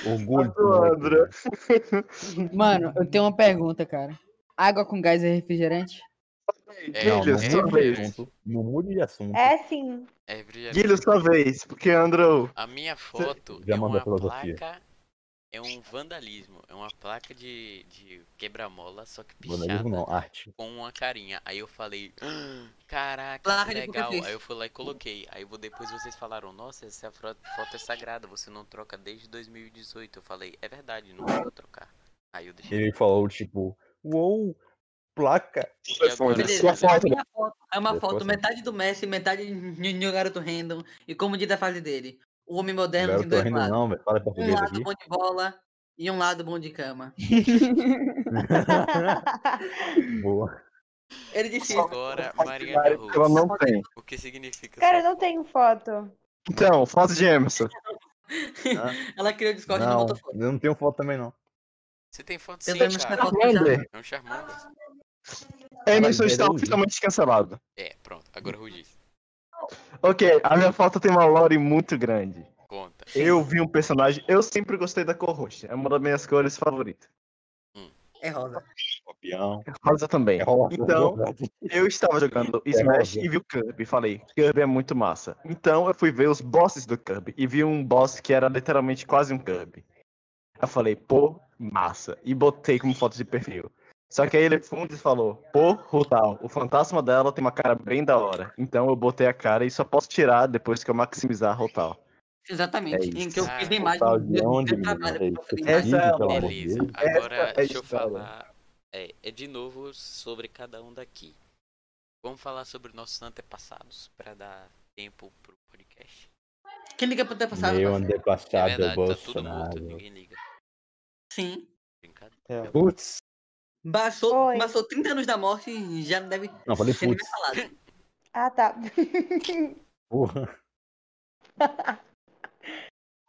[SPEAKER 9] Orgulho.
[SPEAKER 7] A sua,
[SPEAKER 9] Orgulho.
[SPEAKER 7] André.
[SPEAKER 5] Mano, eu tenho uma pergunta, cara. Água com gás é refrigerante?
[SPEAKER 2] Não,
[SPEAKER 7] Guilho,
[SPEAKER 2] não
[SPEAKER 7] sua
[SPEAKER 2] é,
[SPEAKER 7] vez.
[SPEAKER 9] Não mude de assunto.
[SPEAKER 3] É sim.
[SPEAKER 2] É brilhante.
[SPEAKER 7] Guilho, sua vez. Porque Andrew.
[SPEAKER 2] A minha foto
[SPEAKER 9] Já
[SPEAKER 2] é
[SPEAKER 9] mandou
[SPEAKER 2] uma
[SPEAKER 9] a filosofia.
[SPEAKER 2] placa. É um vandalismo. É uma placa de, de quebra-mola, só que pichada
[SPEAKER 9] Vandalismo não, arte.
[SPEAKER 2] com uma carinha. Aí eu falei, "Ah, caraca,
[SPEAKER 1] Placa
[SPEAKER 2] que
[SPEAKER 1] de
[SPEAKER 2] legal.
[SPEAKER 1] perfis.
[SPEAKER 2] Aí eu fui lá e coloquei. Aí vo- depois vocês falaram, nossa, essa fro- foto é sagrada, você não troca desde 2018. Eu falei, é verdade, não vou trocar. Aí eu deixei.
[SPEAKER 9] Ele falou, tipo, uou, placa.
[SPEAKER 2] agora?
[SPEAKER 7] Telefone,
[SPEAKER 2] Beleza,
[SPEAKER 7] sua
[SPEAKER 2] beleza.
[SPEAKER 7] foto.
[SPEAKER 1] é uma foto, é uma
[SPEAKER 9] Sua
[SPEAKER 1] foto,
[SPEAKER 9] foto.
[SPEAKER 1] metade do Messi, metade de um garoto random. E como diz a frase dele, o homem moderno
[SPEAKER 9] Garoto
[SPEAKER 1] tem dois
[SPEAKER 9] rindo
[SPEAKER 1] lados.
[SPEAKER 9] não, velho. Fala em
[SPEAKER 1] Um
[SPEAKER 9] português
[SPEAKER 1] lado
[SPEAKER 9] aqui.
[SPEAKER 1] bom de bola e um lado bom de cama.
[SPEAKER 9] Boa.
[SPEAKER 1] Ele disse isso.
[SPEAKER 7] é
[SPEAKER 2] Agora, Mariana
[SPEAKER 7] Que ela
[SPEAKER 2] Rose.
[SPEAKER 7] não tem.
[SPEAKER 2] O que significa
[SPEAKER 3] Cara, eu
[SPEAKER 2] essa
[SPEAKER 3] não tenho foto.
[SPEAKER 7] Então, foto de Emerson.
[SPEAKER 1] Ela criou o Discord e não
[SPEAKER 9] Não,
[SPEAKER 1] botou foto.
[SPEAKER 9] eu não tenho foto também, não.
[SPEAKER 2] Você tem foto sim,
[SPEAKER 1] Tentando buscar
[SPEAKER 2] cara.
[SPEAKER 1] foto já.
[SPEAKER 7] Wander,
[SPEAKER 2] É um Charmander.
[SPEAKER 7] Emerson é
[SPEAKER 9] Caralho,
[SPEAKER 7] está
[SPEAKER 9] velho,
[SPEAKER 7] oficialmente cancelado.
[SPEAKER 2] É, pronto. Agora Rugi,
[SPEAKER 7] Ok, a minha foto tem uma lore muito grande.
[SPEAKER 2] conta.
[SPEAKER 7] Eu vi um personagem, eu sempre gostei da cor roxa. É uma das minhas cores favoritas.
[SPEAKER 1] É rosa.
[SPEAKER 9] Copião.
[SPEAKER 7] Rosa também.
[SPEAKER 9] É rola-
[SPEAKER 7] Então, Eu estava jogando Smash e vi o Kirby. Falei, Kirby é muito massa. Então eu fui ver os bosses do Kirby e vi um boss que era literalmente quase um Kirby. Eu falei, pô, massa. E botei como foto de perfil. Só que aí ele foi um e falou, pô, Rutal, o fantasma dela tem uma cara bem da hora. Então eu botei a cara e só posso tirar depois que eu maximizar Rutal.
[SPEAKER 1] Exatamente.
[SPEAKER 9] É isso.
[SPEAKER 1] em que eu fiz a
[SPEAKER 2] Ah,
[SPEAKER 1] imagem
[SPEAKER 9] Tá de onde, menino?
[SPEAKER 1] do trabalho.
[SPEAKER 9] É isso,
[SPEAKER 1] Essa-
[SPEAKER 9] esse vídeo, pelo amor de
[SPEAKER 2] Beleza.
[SPEAKER 9] Deus.
[SPEAKER 2] Agora
[SPEAKER 7] é a
[SPEAKER 2] deixa eu
[SPEAKER 7] história.
[SPEAKER 2] falar. É, é de novo sobre cada um daqui. Vamos falar sobre nossos antepassados para dar tempo pro podcast.
[SPEAKER 1] Quem liga pro antepassado?
[SPEAKER 4] Meu
[SPEAKER 1] parceiro?
[SPEAKER 2] é
[SPEAKER 4] antepassado é o
[SPEAKER 2] verdade, tá tudo morto,
[SPEAKER 4] Bolsonaro.
[SPEAKER 2] ninguém liga.
[SPEAKER 1] Sim.
[SPEAKER 2] Brincadeira.
[SPEAKER 8] É.
[SPEAKER 9] Putz.
[SPEAKER 1] Baixou,
[SPEAKER 3] Oi.
[SPEAKER 1] passou 30 anos da morte e já não deve
[SPEAKER 4] Não, falei
[SPEAKER 1] ter nem
[SPEAKER 4] putz.
[SPEAKER 1] falado.
[SPEAKER 3] Ah, tá.
[SPEAKER 4] Porra.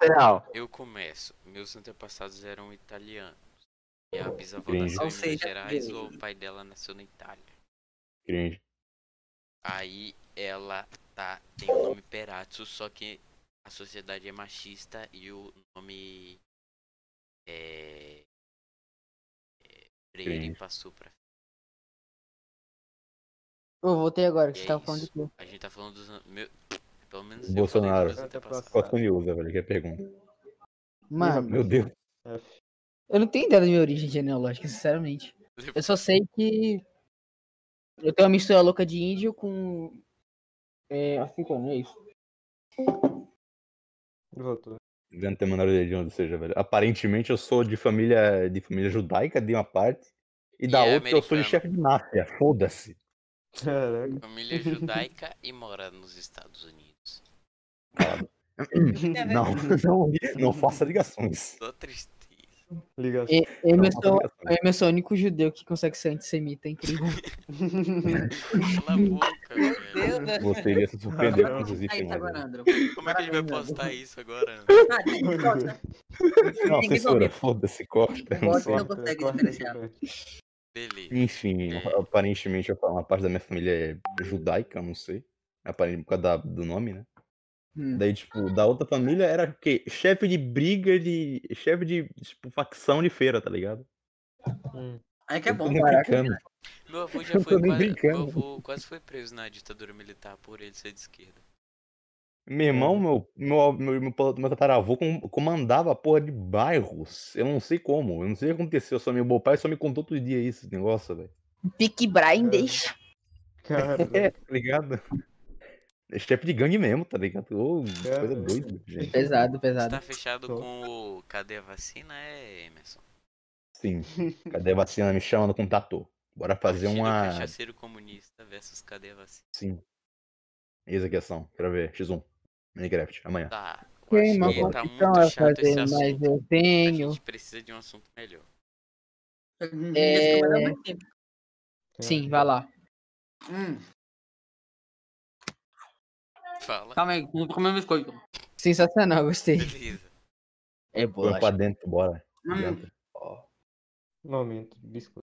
[SPEAKER 7] Real.
[SPEAKER 2] Eu começo. Meus antepassados eram italianos. E a bisavó
[SPEAKER 4] Cringe.
[SPEAKER 2] nasceu
[SPEAKER 1] Ou
[SPEAKER 2] em Minas
[SPEAKER 1] seja,
[SPEAKER 2] Gerais
[SPEAKER 1] gay.
[SPEAKER 2] ou o pai dela nasceu na Itália.
[SPEAKER 4] Cringe.
[SPEAKER 2] Aí ela tá tem o nome Perazzo, só que a sociedade é machista e o nome é, é Freire
[SPEAKER 4] Cringe.
[SPEAKER 2] passou pra
[SPEAKER 5] Eu voltei agora, que
[SPEAKER 2] E
[SPEAKER 5] você
[SPEAKER 2] é
[SPEAKER 5] tava falando de
[SPEAKER 2] isso.
[SPEAKER 5] quê?
[SPEAKER 2] A gente tá falando dos. an- Meu... Pelo menos
[SPEAKER 4] Bolsonaro.
[SPEAKER 2] eu falei dos antepassados.
[SPEAKER 4] Qual que me usa, velho? Que é a pergunta.
[SPEAKER 5] Mano,
[SPEAKER 4] Meu Deus.
[SPEAKER 5] eu não tenho ideia da minha origem genealógica, sinceramente. Eu só sei que eu tenho uma mistura louca de índio com. É, africano, é isso.
[SPEAKER 8] Voltou.
[SPEAKER 4] Eu não tenho a menor ideia de onde seja, velho. Aparentemente eu sou de família, de família judaica de uma parte. E da
[SPEAKER 2] E é
[SPEAKER 4] outra eu sou de
[SPEAKER 2] americano.
[SPEAKER 4] chefe de máfia. Foda-se.
[SPEAKER 8] Caraca.
[SPEAKER 2] Família judaica e mora nos Estados Unidos.
[SPEAKER 4] Não, não, não faça ligações.
[SPEAKER 2] Só tristeza.
[SPEAKER 8] Ligação.
[SPEAKER 5] E- Eu,
[SPEAKER 4] Não
[SPEAKER 5] eu,
[SPEAKER 4] faça
[SPEAKER 5] sou,
[SPEAKER 4] ligações.
[SPEAKER 5] eu sou o único judeu que consegue ser antissemita, é incrível.
[SPEAKER 2] Cala a boca, velho.
[SPEAKER 1] Meu Deus. né?
[SPEAKER 4] Você é iria se surpreender
[SPEAKER 8] Não.
[SPEAKER 4] com isso,
[SPEAKER 1] Aí, tá agora,
[SPEAKER 4] mano.
[SPEAKER 1] Andro.
[SPEAKER 2] Como é que a gente vai
[SPEAKER 1] Parabéns,
[SPEAKER 2] postar isso agora?
[SPEAKER 1] Ah, tem que cortar.
[SPEAKER 4] Não,
[SPEAKER 1] Ninguém
[SPEAKER 4] censura,
[SPEAKER 1] ouviu.
[SPEAKER 4] foda-se, corta.
[SPEAKER 1] Corta.
[SPEAKER 4] Não sei.
[SPEAKER 8] é
[SPEAKER 1] não consegue diferenciar.
[SPEAKER 2] Beleza.
[SPEAKER 4] Enfim,
[SPEAKER 2] É.
[SPEAKER 4] aparentemente eu falo- uma parte da minha família é judaica, eu não sei. Aparentemente por causa da- do nome, né?
[SPEAKER 5] Hum.
[SPEAKER 4] Daí, tipo, da outra família era o quê? Chefe de briga de. Chefe de, tipo, facção de feira, tá ligado?
[SPEAKER 8] Hum.
[SPEAKER 1] Aí que é
[SPEAKER 4] Eu tô
[SPEAKER 1] bom.
[SPEAKER 4] nem brincando.
[SPEAKER 2] Meu avô já
[SPEAKER 4] Eu tô
[SPEAKER 2] foi
[SPEAKER 4] nem
[SPEAKER 2] quase.
[SPEAKER 4] brincando.
[SPEAKER 2] Meu avô quase foi preso na ditadura militar por ele ser de esquerda.
[SPEAKER 4] Meu irmão, meu, meu, meu, meu, pa- meu tataravô com- comandava a porra de bairros. Eu não sei como, eu não sei o que aconteceu. Só meu, meu pai só me contou outro dia isso, esse negócio, velho.
[SPEAKER 5] Pique Brian,
[SPEAKER 8] É.
[SPEAKER 5] deixa.
[SPEAKER 8] Caraca.
[SPEAKER 4] É, tá ligado? É chefe de gangue mesmo, tá ligado? Ô, coisa
[SPEAKER 8] Cara.
[SPEAKER 4] doida, gente.
[SPEAKER 5] Pesado,
[SPEAKER 2] Você
[SPEAKER 5] pesado.
[SPEAKER 2] tá fechado
[SPEAKER 8] Tô.
[SPEAKER 2] com o. Cadê a vacina? É, Emerson.
[SPEAKER 4] Sim. Cadê a vacina? Me chama no contato. Bora fazer
[SPEAKER 2] Chile,
[SPEAKER 4] uma.
[SPEAKER 2] Cachaceiro comunista versus cadê a vacina?
[SPEAKER 4] Sim. Eis aqui a ação. Quero ver. X1. Minecraft. Amanhã.
[SPEAKER 2] Tá. Eu
[SPEAKER 5] Quem é
[SPEAKER 2] acho
[SPEAKER 5] uma
[SPEAKER 2] que tá
[SPEAKER 5] competição
[SPEAKER 2] muito
[SPEAKER 5] a
[SPEAKER 2] chato esse
[SPEAKER 5] fazer, mas
[SPEAKER 2] assunto.
[SPEAKER 5] eu
[SPEAKER 2] A
[SPEAKER 5] tenho.
[SPEAKER 2] gente precisa de um assunto melhor.
[SPEAKER 1] Esse camarão é muito simples.
[SPEAKER 5] Sim, vai lá.
[SPEAKER 1] Hum,
[SPEAKER 2] Fala.
[SPEAKER 1] Calma aí, vou comer um biscoito.
[SPEAKER 5] Sensacional, gostei.
[SPEAKER 2] Beleza.
[SPEAKER 5] É
[SPEAKER 4] Põe um pra
[SPEAKER 5] bolacha.
[SPEAKER 4] dentro, bora.
[SPEAKER 1] Hum,
[SPEAKER 4] Adianta.
[SPEAKER 8] Momento, biscoito.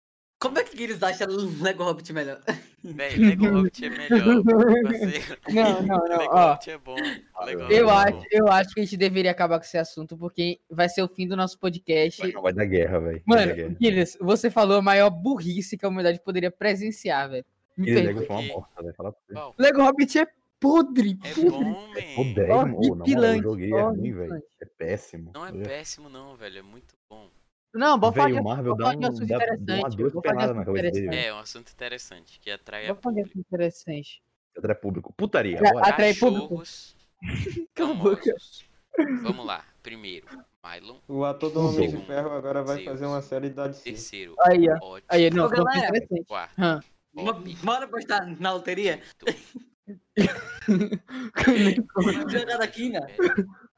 [SPEAKER 1] Como é que eles acham o Lego Hobbit melhor?
[SPEAKER 2] Véi, Lego Hobbit é melhor. parceiro.
[SPEAKER 5] Não, não, não,
[SPEAKER 2] Lego
[SPEAKER 5] ó.
[SPEAKER 2] Hobbit é bom. Lego Hobbit é
[SPEAKER 5] Eu
[SPEAKER 2] bom.
[SPEAKER 5] acho, eu acho que a gente deveria acabar com esse assunto, porque vai ser o fim do nosso podcast.
[SPEAKER 4] Vai, vai dar guerra, velho. Vai dar guerra.
[SPEAKER 5] Mano, Guilherme, você falou a maior burrice que a humanidade poderia presenciar, velho. Me
[SPEAKER 4] Aquele
[SPEAKER 5] perdoa.
[SPEAKER 4] Lego foi uma
[SPEAKER 2] que-
[SPEAKER 4] bosta, velho. Fala pra você.
[SPEAKER 2] Qual?
[SPEAKER 5] Lego Hobbit é podre,
[SPEAKER 2] É
[SPEAKER 5] podre.
[SPEAKER 2] bom, man.
[SPEAKER 4] Ô, décimo. Ô, na moral,
[SPEAKER 5] Horripilante,
[SPEAKER 4] é? eu joguei é ruim,
[SPEAKER 5] horripilante.
[SPEAKER 4] velho. É péssimo.
[SPEAKER 2] Não é
[SPEAKER 4] Velho,
[SPEAKER 2] péssimo, não, velho. É muito bom.
[SPEAKER 5] Não, bora falar de
[SPEAKER 4] o Marvel
[SPEAKER 5] vou
[SPEAKER 4] dá
[SPEAKER 5] falar
[SPEAKER 4] um,
[SPEAKER 5] de um assunto
[SPEAKER 4] dá, dá uma
[SPEAKER 5] interessante,
[SPEAKER 4] duas
[SPEAKER 5] vou falar de um
[SPEAKER 4] penadas na
[SPEAKER 5] assunto
[SPEAKER 4] cabeça dele. velho.
[SPEAKER 5] interessante.
[SPEAKER 2] É um assunto interessante que atrai a
[SPEAKER 5] Vou fazer
[SPEAKER 2] público.
[SPEAKER 5] algo interessante.
[SPEAKER 4] Atrai público. Putaria,
[SPEAKER 5] Cara,
[SPEAKER 4] bora.
[SPEAKER 5] Atrai público.
[SPEAKER 2] Cachorros
[SPEAKER 5] Cala a boca.
[SPEAKER 2] famosos. Vamos lá. Primeiro, Mylon.
[SPEAKER 8] O ator do Homem de
[SPEAKER 2] Sim.
[SPEAKER 8] Ferro agora vai
[SPEAKER 2] Zeus.
[SPEAKER 8] fazer uma série da DC.
[SPEAKER 2] Terceiro,
[SPEAKER 5] Aí, ó.
[SPEAKER 2] Otis.
[SPEAKER 5] Aí, não,
[SPEAKER 1] Ô,
[SPEAKER 5] foi
[SPEAKER 1] galera.
[SPEAKER 5] interessante.
[SPEAKER 2] Quarto,
[SPEAKER 5] Hã.
[SPEAKER 2] Bob.
[SPEAKER 1] Bora postar na loteria? Jogada aqui, né?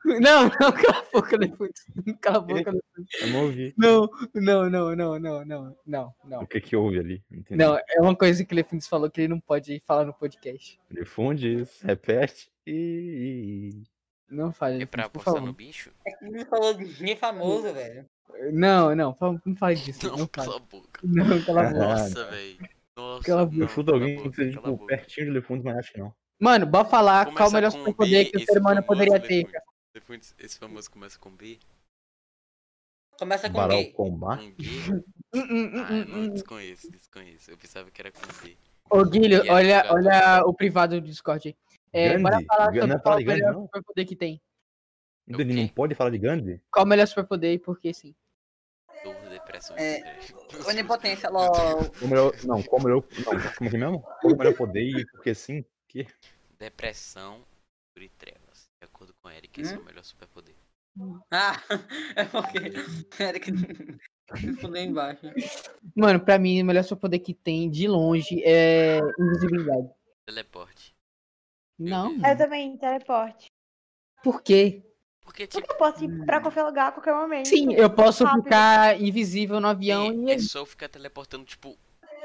[SPEAKER 5] Não, não, cala a boca, Lefuts. Cala a boca, Lefuts.
[SPEAKER 4] Eu não ouvi.
[SPEAKER 5] Não, não, não, não, não, não, não, não.
[SPEAKER 4] O que que houve ali? Não entendi.
[SPEAKER 5] Não, é uma coisa que o Lefuts falou que ele não pode falar no podcast.
[SPEAKER 4] Difunde isso. Repete. E...
[SPEAKER 5] Não fale,
[SPEAKER 2] É pra
[SPEAKER 5] Lefuts, por
[SPEAKER 2] apostar
[SPEAKER 5] favor.
[SPEAKER 2] no bicho?
[SPEAKER 1] Ninguém É falou ninguém famoso, velho.
[SPEAKER 5] Não, não, fa- não fale disso. Não,
[SPEAKER 2] Não,
[SPEAKER 5] fale.
[SPEAKER 2] cala a boca.
[SPEAKER 5] Não, cala a boca.
[SPEAKER 2] Nossa, velho. Nossa.
[SPEAKER 5] Cala a boca.
[SPEAKER 2] não,
[SPEAKER 4] Eu chuto alguém
[SPEAKER 2] cala a
[SPEAKER 4] que
[SPEAKER 2] boca,
[SPEAKER 4] seja
[SPEAKER 2] cala a
[SPEAKER 4] tipo,
[SPEAKER 2] boca.
[SPEAKER 4] pertinho do Lefundo, mas acho que não.
[SPEAKER 5] Mano, bora falar qual o
[SPEAKER 2] Começa
[SPEAKER 5] melhor
[SPEAKER 2] com
[SPEAKER 5] superpoder
[SPEAKER 2] B,
[SPEAKER 5] que o
[SPEAKER 2] esse
[SPEAKER 5] ser humano
[SPEAKER 2] famoso
[SPEAKER 5] poderia ter.
[SPEAKER 2] Lefuntes. Lefuntes, Esse famoso começa com B.
[SPEAKER 1] Começa Tá com
[SPEAKER 4] Baral
[SPEAKER 1] gay.
[SPEAKER 4] Combate.
[SPEAKER 2] Com B.
[SPEAKER 5] Hum, hum, hum,
[SPEAKER 2] Ah, eu
[SPEAKER 5] hum,
[SPEAKER 2] não,
[SPEAKER 5] hum.
[SPEAKER 2] desconheço, desconheço. Eu pensava que era com B.
[SPEAKER 5] Ô, Guilho,
[SPEAKER 2] E é
[SPEAKER 5] olha,
[SPEAKER 2] jogador.
[SPEAKER 5] olha o privado do Discord aí. É, bora
[SPEAKER 4] Gandhi?
[SPEAKER 5] falar
[SPEAKER 4] Ga-
[SPEAKER 5] sobre
[SPEAKER 4] não é
[SPEAKER 5] qual
[SPEAKER 4] falar
[SPEAKER 5] o
[SPEAKER 4] de Gandhi,
[SPEAKER 5] melhor
[SPEAKER 4] não?
[SPEAKER 5] superpoder que tem.
[SPEAKER 4] Entendi, não
[SPEAKER 2] Ok.
[SPEAKER 4] pode falar de Gandhi?
[SPEAKER 5] Qual o melhor superpoder e por que sim.
[SPEAKER 2] Dor, depressão
[SPEAKER 1] É,
[SPEAKER 2] e estresse.
[SPEAKER 1] Onipotência, LOL.
[SPEAKER 4] Qual o melhor- não, qual o melhor. Não, como é que é mesmo? Qual o melhor poder e porque sim?
[SPEAKER 2] Depressão e trevas. De acordo com Eric, esse é
[SPEAKER 1] Hum?
[SPEAKER 2] o melhor superpoder.
[SPEAKER 1] Ah, é porque. Eric. Tudo aí embaixo.
[SPEAKER 5] Mano, pra mim, o melhor superpoder que tem de longe é invisibilidade.
[SPEAKER 2] Teleporte.
[SPEAKER 5] Não,
[SPEAKER 2] Hum.
[SPEAKER 5] É
[SPEAKER 3] Eu
[SPEAKER 5] mano.
[SPEAKER 3] também, teleporte.
[SPEAKER 5] Por quê?
[SPEAKER 2] Porque, tipo,
[SPEAKER 3] Porque eu posso ir pra qualquer lugar a qualquer momento.
[SPEAKER 5] Sim, eu posso
[SPEAKER 3] Rápido.
[SPEAKER 5] ficar invisível no avião
[SPEAKER 2] é,
[SPEAKER 5] e
[SPEAKER 2] é só eu ficar teleportando, tipo,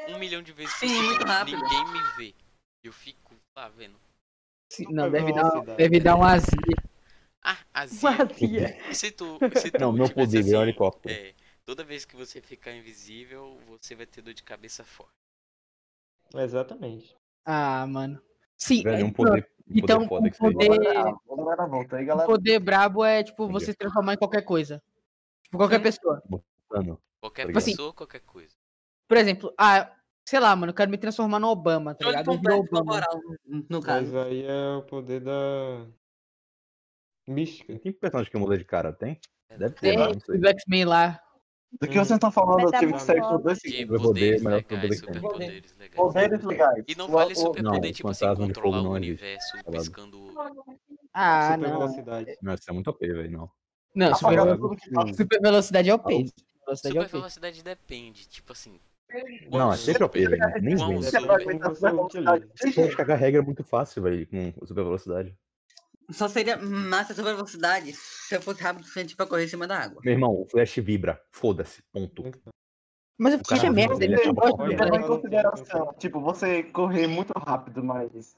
[SPEAKER 2] um milhão de vezes por
[SPEAKER 1] Sim, muito
[SPEAKER 2] segundo,
[SPEAKER 1] rápido.
[SPEAKER 2] Ninguém me vê. Eu fico lá vendo.
[SPEAKER 5] Sim, assim, Não,
[SPEAKER 8] Mas
[SPEAKER 5] deve
[SPEAKER 8] não,
[SPEAKER 5] dar,
[SPEAKER 8] cidade.
[SPEAKER 5] deve dar um azia.
[SPEAKER 2] Ah, azia.
[SPEAKER 3] Vazia.
[SPEAKER 2] Se tu, se tu
[SPEAKER 4] Não, meu
[SPEAKER 2] tivesse,
[SPEAKER 4] poder é um
[SPEAKER 2] assim,
[SPEAKER 4] helicóptero.
[SPEAKER 2] É, toda vez que você ficar invisível, você vai ter dor de cabeça forte.
[SPEAKER 8] Exatamente.
[SPEAKER 5] Ah, mano. Sim,
[SPEAKER 4] Velho, um
[SPEAKER 5] então,
[SPEAKER 4] poder, um
[SPEAKER 5] então,
[SPEAKER 4] poder foda que
[SPEAKER 5] um
[SPEAKER 4] você
[SPEAKER 5] poder-
[SPEAKER 9] Vamos dar a volta aí,
[SPEAKER 5] um
[SPEAKER 9] galera.
[SPEAKER 5] poder brabo é, tipo, você se transformar em qualquer coisa. Tipo, qualquer pessoa.
[SPEAKER 4] Mano,
[SPEAKER 2] Qualquer
[SPEAKER 3] Assim,
[SPEAKER 4] Obrigado.
[SPEAKER 2] pessoa, qualquer coisa.
[SPEAKER 5] Por exemplo, ah, sei lá, mano, eu quero me transformar no Obama, tá
[SPEAKER 1] Controle
[SPEAKER 5] ligado? Eu
[SPEAKER 1] completo
[SPEAKER 5] viro
[SPEAKER 1] com a
[SPEAKER 5] Obama.
[SPEAKER 1] moral, no
[SPEAKER 8] Mas
[SPEAKER 1] caso.
[SPEAKER 8] aí é o poder da. Mística.
[SPEAKER 4] que personagem que muda de cara tem? Deve ter,
[SPEAKER 5] Tem
[SPEAKER 4] né? Não sei.
[SPEAKER 5] o X-Men lá.
[SPEAKER 9] Do que vocês estão falando, eu tive que sair por dois
[SPEAKER 2] De
[SPEAKER 9] segundos.
[SPEAKER 2] Tipo,
[SPEAKER 4] Meu
[SPEAKER 2] poderes
[SPEAKER 4] poder, melhor que
[SPEAKER 2] legais,
[SPEAKER 4] poder que tem.
[SPEAKER 2] superpoderes legais.
[SPEAKER 1] é
[SPEAKER 9] Poderes legais.
[SPEAKER 2] E não
[SPEAKER 9] O-
[SPEAKER 2] vale
[SPEAKER 9] o-
[SPEAKER 2] superpoder,
[SPEAKER 4] Não,
[SPEAKER 2] tipo assim,
[SPEAKER 4] fantasma de
[SPEAKER 2] controlar
[SPEAKER 4] fogo
[SPEAKER 2] o
[SPEAKER 4] não Tá existe.
[SPEAKER 2] universo
[SPEAKER 4] Calado.
[SPEAKER 2] piscando.
[SPEAKER 5] Ah,
[SPEAKER 8] Super
[SPEAKER 5] não.
[SPEAKER 8] velocidade.
[SPEAKER 4] Não, isso é muito OP, velho, não.
[SPEAKER 5] Não, super,
[SPEAKER 9] Apagar
[SPEAKER 5] velo-
[SPEAKER 9] tudo que fala.
[SPEAKER 5] super velocidade é o peso. Velocidade
[SPEAKER 2] Super
[SPEAKER 5] é o peso.
[SPEAKER 2] velocidade depende, tipo assim.
[SPEAKER 4] Não, é sempre OP, velho. Nem
[SPEAKER 2] Quão
[SPEAKER 4] vem.
[SPEAKER 2] super-
[SPEAKER 4] Você pode cagar regra é muito fácil, velho, com super velocidade.
[SPEAKER 1] Só seria massa super velocidade se eu fosse rápido o suficiente pra correr em cima da água.
[SPEAKER 4] Meu irmão, o Flash vibra. Foda-se, ponto.
[SPEAKER 5] Mas eu
[SPEAKER 4] O
[SPEAKER 5] fiquei
[SPEAKER 4] cara
[SPEAKER 5] de merda, né?
[SPEAKER 4] dele
[SPEAKER 5] eu não
[SPEAKER 4] acaba
[SPEAKER 5] gosto
[SPEAKER 4] com
[SPEAKER 5] de
[SPEAKER 4] ele.
[SPEAKER 9] Leva
[SPEAKER 5] Flash.
[SPEAKER 9] em consideração, tipo, você correr muito rápido, mas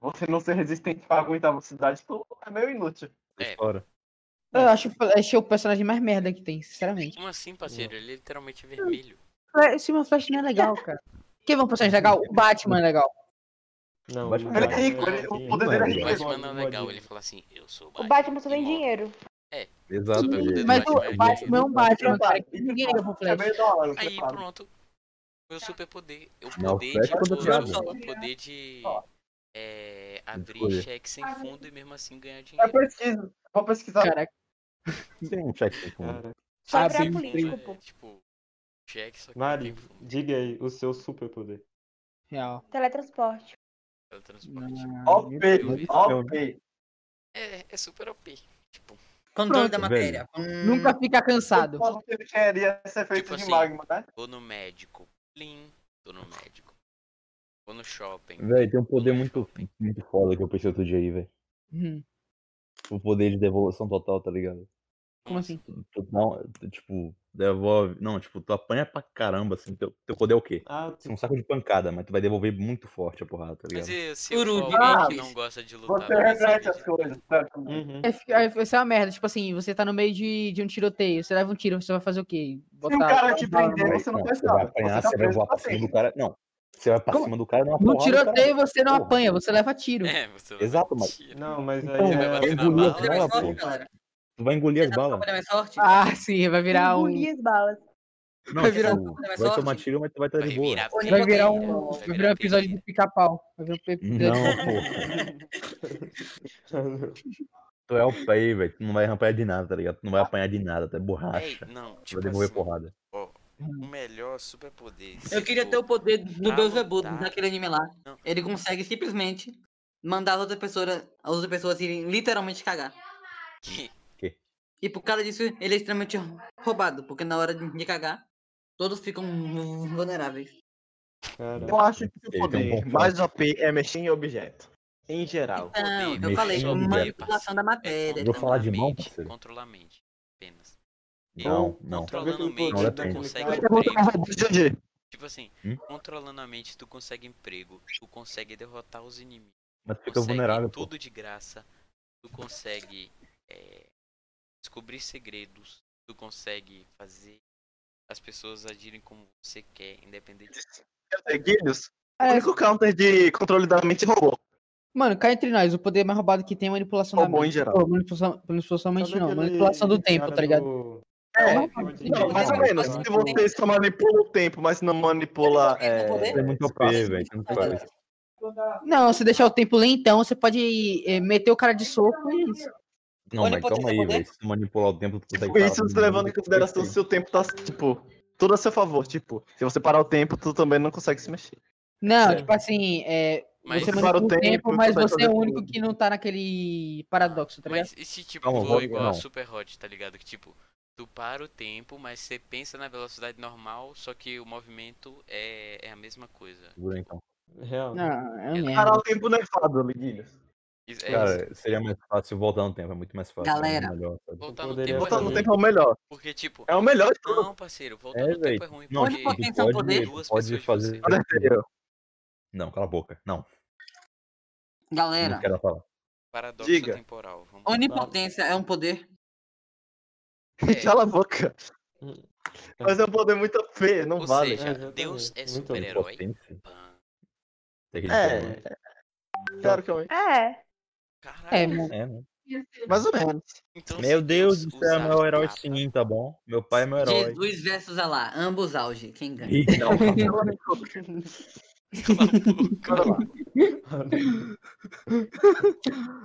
[SPEAKER 9] você não ser resistente pra aguentar velocidade, tu é meio inútil.
[SPEAKER 2] É.
[SPEAKER 4] Fora.
[SPEAKER 5] Eu acho o Flash o personagem mais merda que tem, sinceramente.
[SPEAKER 2] Como assim, parceiro? Ele é literalmente vermelho.
[SPEAKER 5] Flash- Sim, mas o Flash não é legal, cara. Quem é um personagem legal? O Batman é legal.
[SPEAKER 8] Não,
[SPEAKER 4] Batman
[SPEAKER 8] não
[SPEAKER 4] é
[SPEAKER 8] dá.
[SPEAKER 9] rico, ele- o
[SPEAKER 8] Não,
[SPEAKER 9] poder
[SPEAKER 8] não
[SPEAKER 4] dele é rico.
[SPEAKER 8] é
[SPEAKER 2] O
[SPEAKER 8] rico.
[SPEAKER 2] Batman não é
[SPEAKER 8] Boa
[SPEAKER 2] legal,
[SPEAKER 8] dica.
[SPEAKER 2] ele fala assim, eu sou
[SPEAKER 3] O Batman só
[SPEAKER 2] e
[SPEAKER 3] tem
[SPEAKER 2] morre.
[SPEAKER 3] dinheiro.
[SPEAKER 4] Exato.
[SPEAKER 2] Super
[SPEAKER 4] ele-
[SPEAKER 2] poder do
[SPEAKER 5] Mas o
[SPEAKER 2] Batman é
[SPEAKER 5] Batman é um
[SPEAKER 2] dinheiro.
[SPEAKER 5] Batman, cara. que Ninguém liga pro
[SPEAKER 9] É
[SPEAKER 5] Flash.
[SPEAKER 9] meio da hora,
[SPEAKER 2] Aí
[SPEAKER 9] você fala.
[SPEAKER 2] pronto. Meu superpoder. Eu
[SPEAKER 4] Não, o
[SPEAKER 2] poder
[SPEAKER 4] Flash é quando
[SPEAKER 2] de.
[SPEAKER 4] piada.
[SPEAKER 2] Eu poder de. É, abrir
[SPEAKER 4] Escolher.
[SPEAKER 2] cheque sem fundo e mesmo assim ganhar
[SPEAKER 9] É
[SPEAKER 2] dinheiro.
[SPEAKER 9] preciso. Vou pesquisar.
[SPEAKER 5] Caraca.
[SPEAKER 4] Tem um check sem fundo.
[SPEAKER 8] Cara,
[SPEAKER 3] Só
[SPEAKER 5] Ah,
[SPEAKER 3] virar
[SPEAKER 5] sim,
[SPEAKER 3] político, pô.
[SPEAKER 2] É, tipo, cheque só que
[SPEAKER 8] Mari,
[SPEAKER 2] sem fundo.
[SPEAKER 8] diga aí o seu superpoder.
[SPEAKER 5] Real.
[SPEAKER 3] Teletransporte.
[SPEAKER 2] Teletransporte.
[SPEAKER 5] Ah,
[SPEAKER 9] OP,
[SPEAKER 2] eu vi.
[SPEAKER 9] OP.
[SPEAKER 2] É, é super OP. Tipo,
[SPEAKER 1] Controle da
[SPEAKER 4] Pronto,
[SPEAKER 1] matéria. Hum,
[SPEAKER 5] Nunca fica cansado.
[SPEAKER 9] Pode ter engenharia ser feito
[SPEAKER 2] Tipo
[SPEAKER 9] de
[SPEAKER 2] assim.
[SPEAKER 9] magma, né?
[SPEAKER 2] tô no médico. Plim, tô no médico. Vou no shopping.
[SPEAKER 4] Velho, tem um poder
[SPEAKER 2] Tô no
[SPEAKER 4] muito,
[SPEAKER 2] shopping.
[SPEAKER 4] muito foda que eu pensei outro dia aí, velho.
[SPEAKER 5] Hum,
[SPEAKER 4] O poder de devolução total, tá ligado?
[SPEAKER 5] Como assim?
[SPEAKER 4] Tu não, tu, tipo, devolve. Não, tipo, tu apanha pra caramba, assim. Teu, teu poder é o quê?
[SPEAKER 8] Ah,
[SPEAKER 9] tipo,
[SPEAKER 8] tu-
[SPEAKER 4] Assim, um saco de pancada, mas tu vai devolver muito forte a porrada, tá ligado?
[SPEAKER 2] Mas e se
[SPEAKER 1] Turu
[SPEAKER 2] for
[SPEAKER 1] de
[SPEAKER 5] Ah,
[SPEAKER 2] alguém que
[SPEAKER 1] dentes.
[SPEAKER 2] não gosta de lutar?
[SPEAKER 9] Você
[SPEAKER 7] é
[SPEAKER 2] vai
[SPEAKER 9] repete
[SPEAKER 2] ser
[SPEAKER 9] as
[SPEAKER 2] de-
[SPEAKER 9] coisas. tá?
[SPEAKER 8] Uhum.
[SPEAKER 5] É, fica- é, Vai ser uma merda. Tipo assim, você tá no meio de, de um tiroteio. Você leva um tiro, você vai fazer o quê?
[SPEAKER 9] Se um cara te prender,
[SPEAKER 4] Vai-
[SPEAKER 9] você não faz
[SPEAKER 4] vai
[SPEAKER 9] nada. tá
[SPEAKER 4] apanhar, você vai
[SPEAKER 9] preso
[SPEAKER 4] voar
[SPEAKER 9] pra
[SPEAKER 4] pra cima do
[SPEAKER 9] sempre.
[SPEAKER 4] cara. Não. Você vai pra
[SPEAKER 5] Como-
[SPEAKER 4] cima do cara e dá uma
[SPEAKER 5] No
[SPEAKER 4] porrada. o cara-
[SPEAKER 5] tiroteio você não
[SPEAKER 4] Porra.
[SPEAKER 5] apanha, você leva tiro.
[SPEAKER 2] É, você vai
[SPEAKER 4] Exato, mas-
[SPEAKER 2] tiro.
[SPEAKER 8] Não, mas aí
[SPEAKER 4] Então,
[SPEAKER 2] Você vai
[SPEAKER 8] é-
[SPEAKER 4] vai
[SPEAKER 2] bater na
[SPEAKER 4] engolir
[SPEAKER 2] bala,
[SPEAKER 4] as
[SPEAKER 1] olha mais
[SPEAKER 4] balas,
[SPEAKER 2] vai
[SPEAKER 1] forte,
[SPEAKER 4] pô.
[SPEAKER 1] galera.
[SPEAKER 4] Tu vai engolir as balas.
[SPEAKER 1] Olha mais forte.
[SPEAKER 5] Ah, sim, vai virar um.
[SPEAKER 3] Engolir as balas.
[SPEAKER 4] Não,
[SPEAKER 1] vai virar
[SPEAKER 4] tipo,
[SPEAKER 1] um- vai
[SPEAKER 4] vai
[SPEAKER 1] sorte.
[SPEAKER 4] tomar tiro, mas tu vai estar Tá de boa.
[SPEAKER 2] virar
[SPEAKER 1] Vai
[SPEAKER 5] Vai
[SPEAKER 2] peneira,
[SPEAKER 5] virar um.
[SPEAKER 2] vai
[SPEAKER 5] Vai virar um episódio
[SPEAKER 2] peneira.
[SPEAKER 5] do pica-pau. Vai virar um episódio.
[SPEAKER 4] Não, pô. Tu é o pai, velho. Tu não vai apanhar de nada, tá ligado? Tu não vai apanhar de nada, tu é
[SPEAKER 2] Ei,
[SPEAKER 4] borracha.
[SPEAKER 2] não,
[SPEAKER 4] Tu vai
[SPEAKER 2] tipo
[SPEAKER 4] devolver
[SPEAKER 2] assim,
[SPEAKER 4] porrada.
[SPEAKER 2] o melhor superpoder. se
[SPEAKER 1] Eu queria
[SPEAKER 2] for-
[SPEAKER 1] ter o poder do
[SPEAKER 2] pra
[SPEAKER 1] Beelzebub
[SPEAKER 2] lutar.
[SPEAKER 1] naquele anime lá.
[SPEAKER 2] Não.
[SPEAKER 1] Ele consegue simplesmente mandar as outras pessoas, as outras pessoas irem literalmente cagar.
[SPEAKER 2] Que-
[SPEAKER 1] E por causa disso, ele é extremamente roubado, porque na hora de cagar, todos ficam vulneráveis.
[SPEAKER 8] Cara,
[SPEAKER 7] Eu acho que o
[SPEAKER 4] Ele tem um
[SPEAKER 7] poder
[SPEAKER 4] bom
[SPEAKER 7] mais OP é mexer em objeto. Em geral.
[SPEAKER 1] Então,
[SPEAKER 2] é poder tipo,
[SPEAKER 1] eu falei,
[SPEAKER 4] mexer no
[SPEAKER 1] manipulação da
[SPEAKER 2] É
[SPEAKER 1] matéria. então.
[SPEAKER 4] Eu vou falar de mão,
[SPEAKER 2] controlar a mente,
[SPEAKER 4] parceiro.
[SPEAKER 2] Controlar a mente. Apenas.
[SPEAKER 4] Não, não.
[SPEAKER 2] Controlando a
[SPEAKER 8] Talvez
[SPEAKER 2] mente,
[SPEAKER 4] eu
[SPEAKER 2] tu
[SPEAKER 4] tenha.
[SPEAKER 2] consegue
[SPEAKER 8] Eu
[SPEAKER 2] emprego.
[SPEAKER 7] GG.
[SPEAKER 2] Tipo assim,
[SPEAKER 4] um Hum?
[SPEAKER 2] controlando a mente, tu consegue emprego. Tu consegue derrotar os inimigos.
[SPEAKER 4] Mas tu
[SPEAKER 2] Tu
[SPEAKER 4] fica
[SPEAKER 2] consegue
[SPEAKER 4] vulnerável, pô.
[SPEAKER 2] tudo de graça. Tu consegue é, descobrir segredos. Tu consegue fazer as pessoas agirem como você quer, independente.
[SPEAKER 7] Guilhos, o
[SPEAKER 5] É,
[SPEAKER 7] único counter de controle da mente é robô.
[SPEAKER 5] Mano, cá entre nós, o poder mais roubado que tem é manipulação da
[SPEAKER 7] Robô em
[SPEAKER 5] mente.
[SPEAKER 7] geral.
[SPEAKER 5] Pô, manipulação, manipulação da mente não, manipulação do tempo, tá ligado? Não,
[SPEAKER 7] É, não, mais ou
[SPEAKER 5] mas
[SPEAKER 7] menos.
[SPEAKER 5] assim,
[SPEAKER 7] Se
[SPEAKER 5] também.
[SPEAKER 7] você só manipula o tempo, mas não manipula.
[SPEAKER 1] Ele não
[SPEAKER 7] É...
[SPEAKER 4] É muito OP, velho. tem muito
[SPEAKER 3] é
[SPEAKER 4] OP.
[SPEAKER 5] Não, se deixar o tempo lentão, você pode eh, meter o cara de soco e isso.
[SPEAKER 4] Não, mas calma aí,
[SPEAKER 1] Onipotência
[SPEAKER 4] velho. Se tu manipular o tempo, tu consegue. parar
[SPEAKER 7] Tipo Isso
[SPEAKER 4] todo
[SPEAKER 7] levando em
[SPEAKER 4] mundo.
[SPEAKER 7] consideração se o tempo tá, tipo, tudo a seu favor. Tipo, se você parar o tempo, tu também não consegue se mexer.
[SPEAKER 5] Não,
[SPEAKER 9] É.
[SPEAKER 7] Certo.
[SPEAKER 5] tipo assim, eh,
[SPEAKER 2] Mas,
[SPEAKER 5] você
[SPEAKER 7] Para
[SPEAKER 5] manipula
[SPEAKER 7] o
[SPEAKER 5] o tempo,
[SPEAKER 7] tempo,
[SPEAKER 5] mas
[SPEAKER 7] você vai
[SPEAKER 5] você é o
[SPEAKER 7] fazer
[SPEAKER 5] único
[SPEAKER 7] tudo.
[SPEAKER 5] que não tá naquele paradoxo, tá ligado?
[SPEAKER 2] mas e se tipo
[SPEAKER 4] Calma,
[SPEAKER 2] for
[SPEAKER 4] vou-
[SPEAKER 2] igual a
[SPEAKER 4] não.
[SPEAKER 2] Super Hot, tá ligado? Que tipo, Tu para o tempo, mas você pensa na velocidade normal, só que o movimento é, é a mesma coisa.
[SPEAKER 4] Segura então.
[SPEAKER 8] Real.
[SPEAKER 5] Não, é um
[SPEAKER 9] Parar
[SPEAKER 5] merda.
[SPEAKER 9] o tempo nevado, Liguinhos.
[SPEAKER 2] Isso- É isso.
[SPEAKER 4] Cara, seria mais fácil voltar no tempo, é muito mais fácil. é muito
[SPEAKER 1] Galera.
[SPEAKER 4] melhor, sabe?
[SPEAKER 2] Voltar no
[SPEAKER 8] poderia
[SPEAKER 2] tempo é
[SPEAKER 8] fazer
[SPEAKER 7] Voltar no
[SPEAKER 2] ruim,
[SPEAKER 7] tempo é o melhor.
[SPEAKER 2] porque tipo,
[SPEAKER 7] É o melhor de tudo.
[SPEAKER 2] não, parceiro, voltar
[SPEAKER 4] É,
[SPEAKER 2] no tempo
[SPEAKER 4] velho.
[SPEAKER 2] é ruim,
[SPEAKER 4] Não,
[SPEAKER 1] Olha
[SPEAKER 4] tu
[SPEAKER 1] o
[SPEAKER 2] porque
[SPEAKER 1] potencial
[SPEAKER 4] tu pode,
[SPEAKER 1] poder.
[SPEAKER 4] tu
[SPEAKER 2] Duas
[SPEAKER 4] pode
[SPEAKER 2] pessoas de
[SPEAKER 4] fazer.
[SPEAKER 2] você.
[SPEAKER 7] Olha aí, ó.
[SPEAKER 4] Não, cala a boca. Não,
[SPEAKER 1] Galera,
[SPEAKER 4] não quero falar.
[SPEAKER 2] paradoxo
[SPEAKER 7] Diga.
[SPEAKER 2] temporal. Vamos lá.
[SPEAKER 1] onipotência é um poder.
[SPEAKER 2] É,
[SPEAKER 7] Cala a boca. Mas é um poder muito feio, não
[SPEAKER 2] ou
[SPEAKER 7] vale. né?
[SPEAKER 2] seja,
[SPEAKER 5] né?
[SPEAKER 8] Exatamente.
[SPEAKER 2] Deus é
[SPEAKER 8] Muito
[SPEAKER 2] super-herói.
[SPEAKER 4] Potência.
[SPEAKER 2] Pã.
[SPEAKER 4] Tem aquele
[SPEAKER 7] É,
[SPEAKER 4] problema.
[SPEAKER 7] teoricamente.
[SPEAKER 3] É.
[SPEAKER 5] É,
[SPEAKER 2] Caralho.
[SPEAKER 5] mo-
[SPEAKER 4] É, né?
[SPEAKER 7] Mais ou menos.
[SPEAKER 2] então,
[SPEAKER 4] Meu
[SPEAKER 2] se
[SPEAKER 4] Deus do céu,
[SPEAKER 2] usar
[SPEAKER 4] meu herói
[SPEAKER 2] capa,
[SPEAKER 4] sim, tá bom? Meu pai é meu herói.
[SPEAKER 1] Jesus versus Alá, ambos auge. Quem ganha?
[SPEAKER 4] Ih, não, calma.
[SPEAKER 2] cala a boca.
[SPEAKER 7] Olha lá.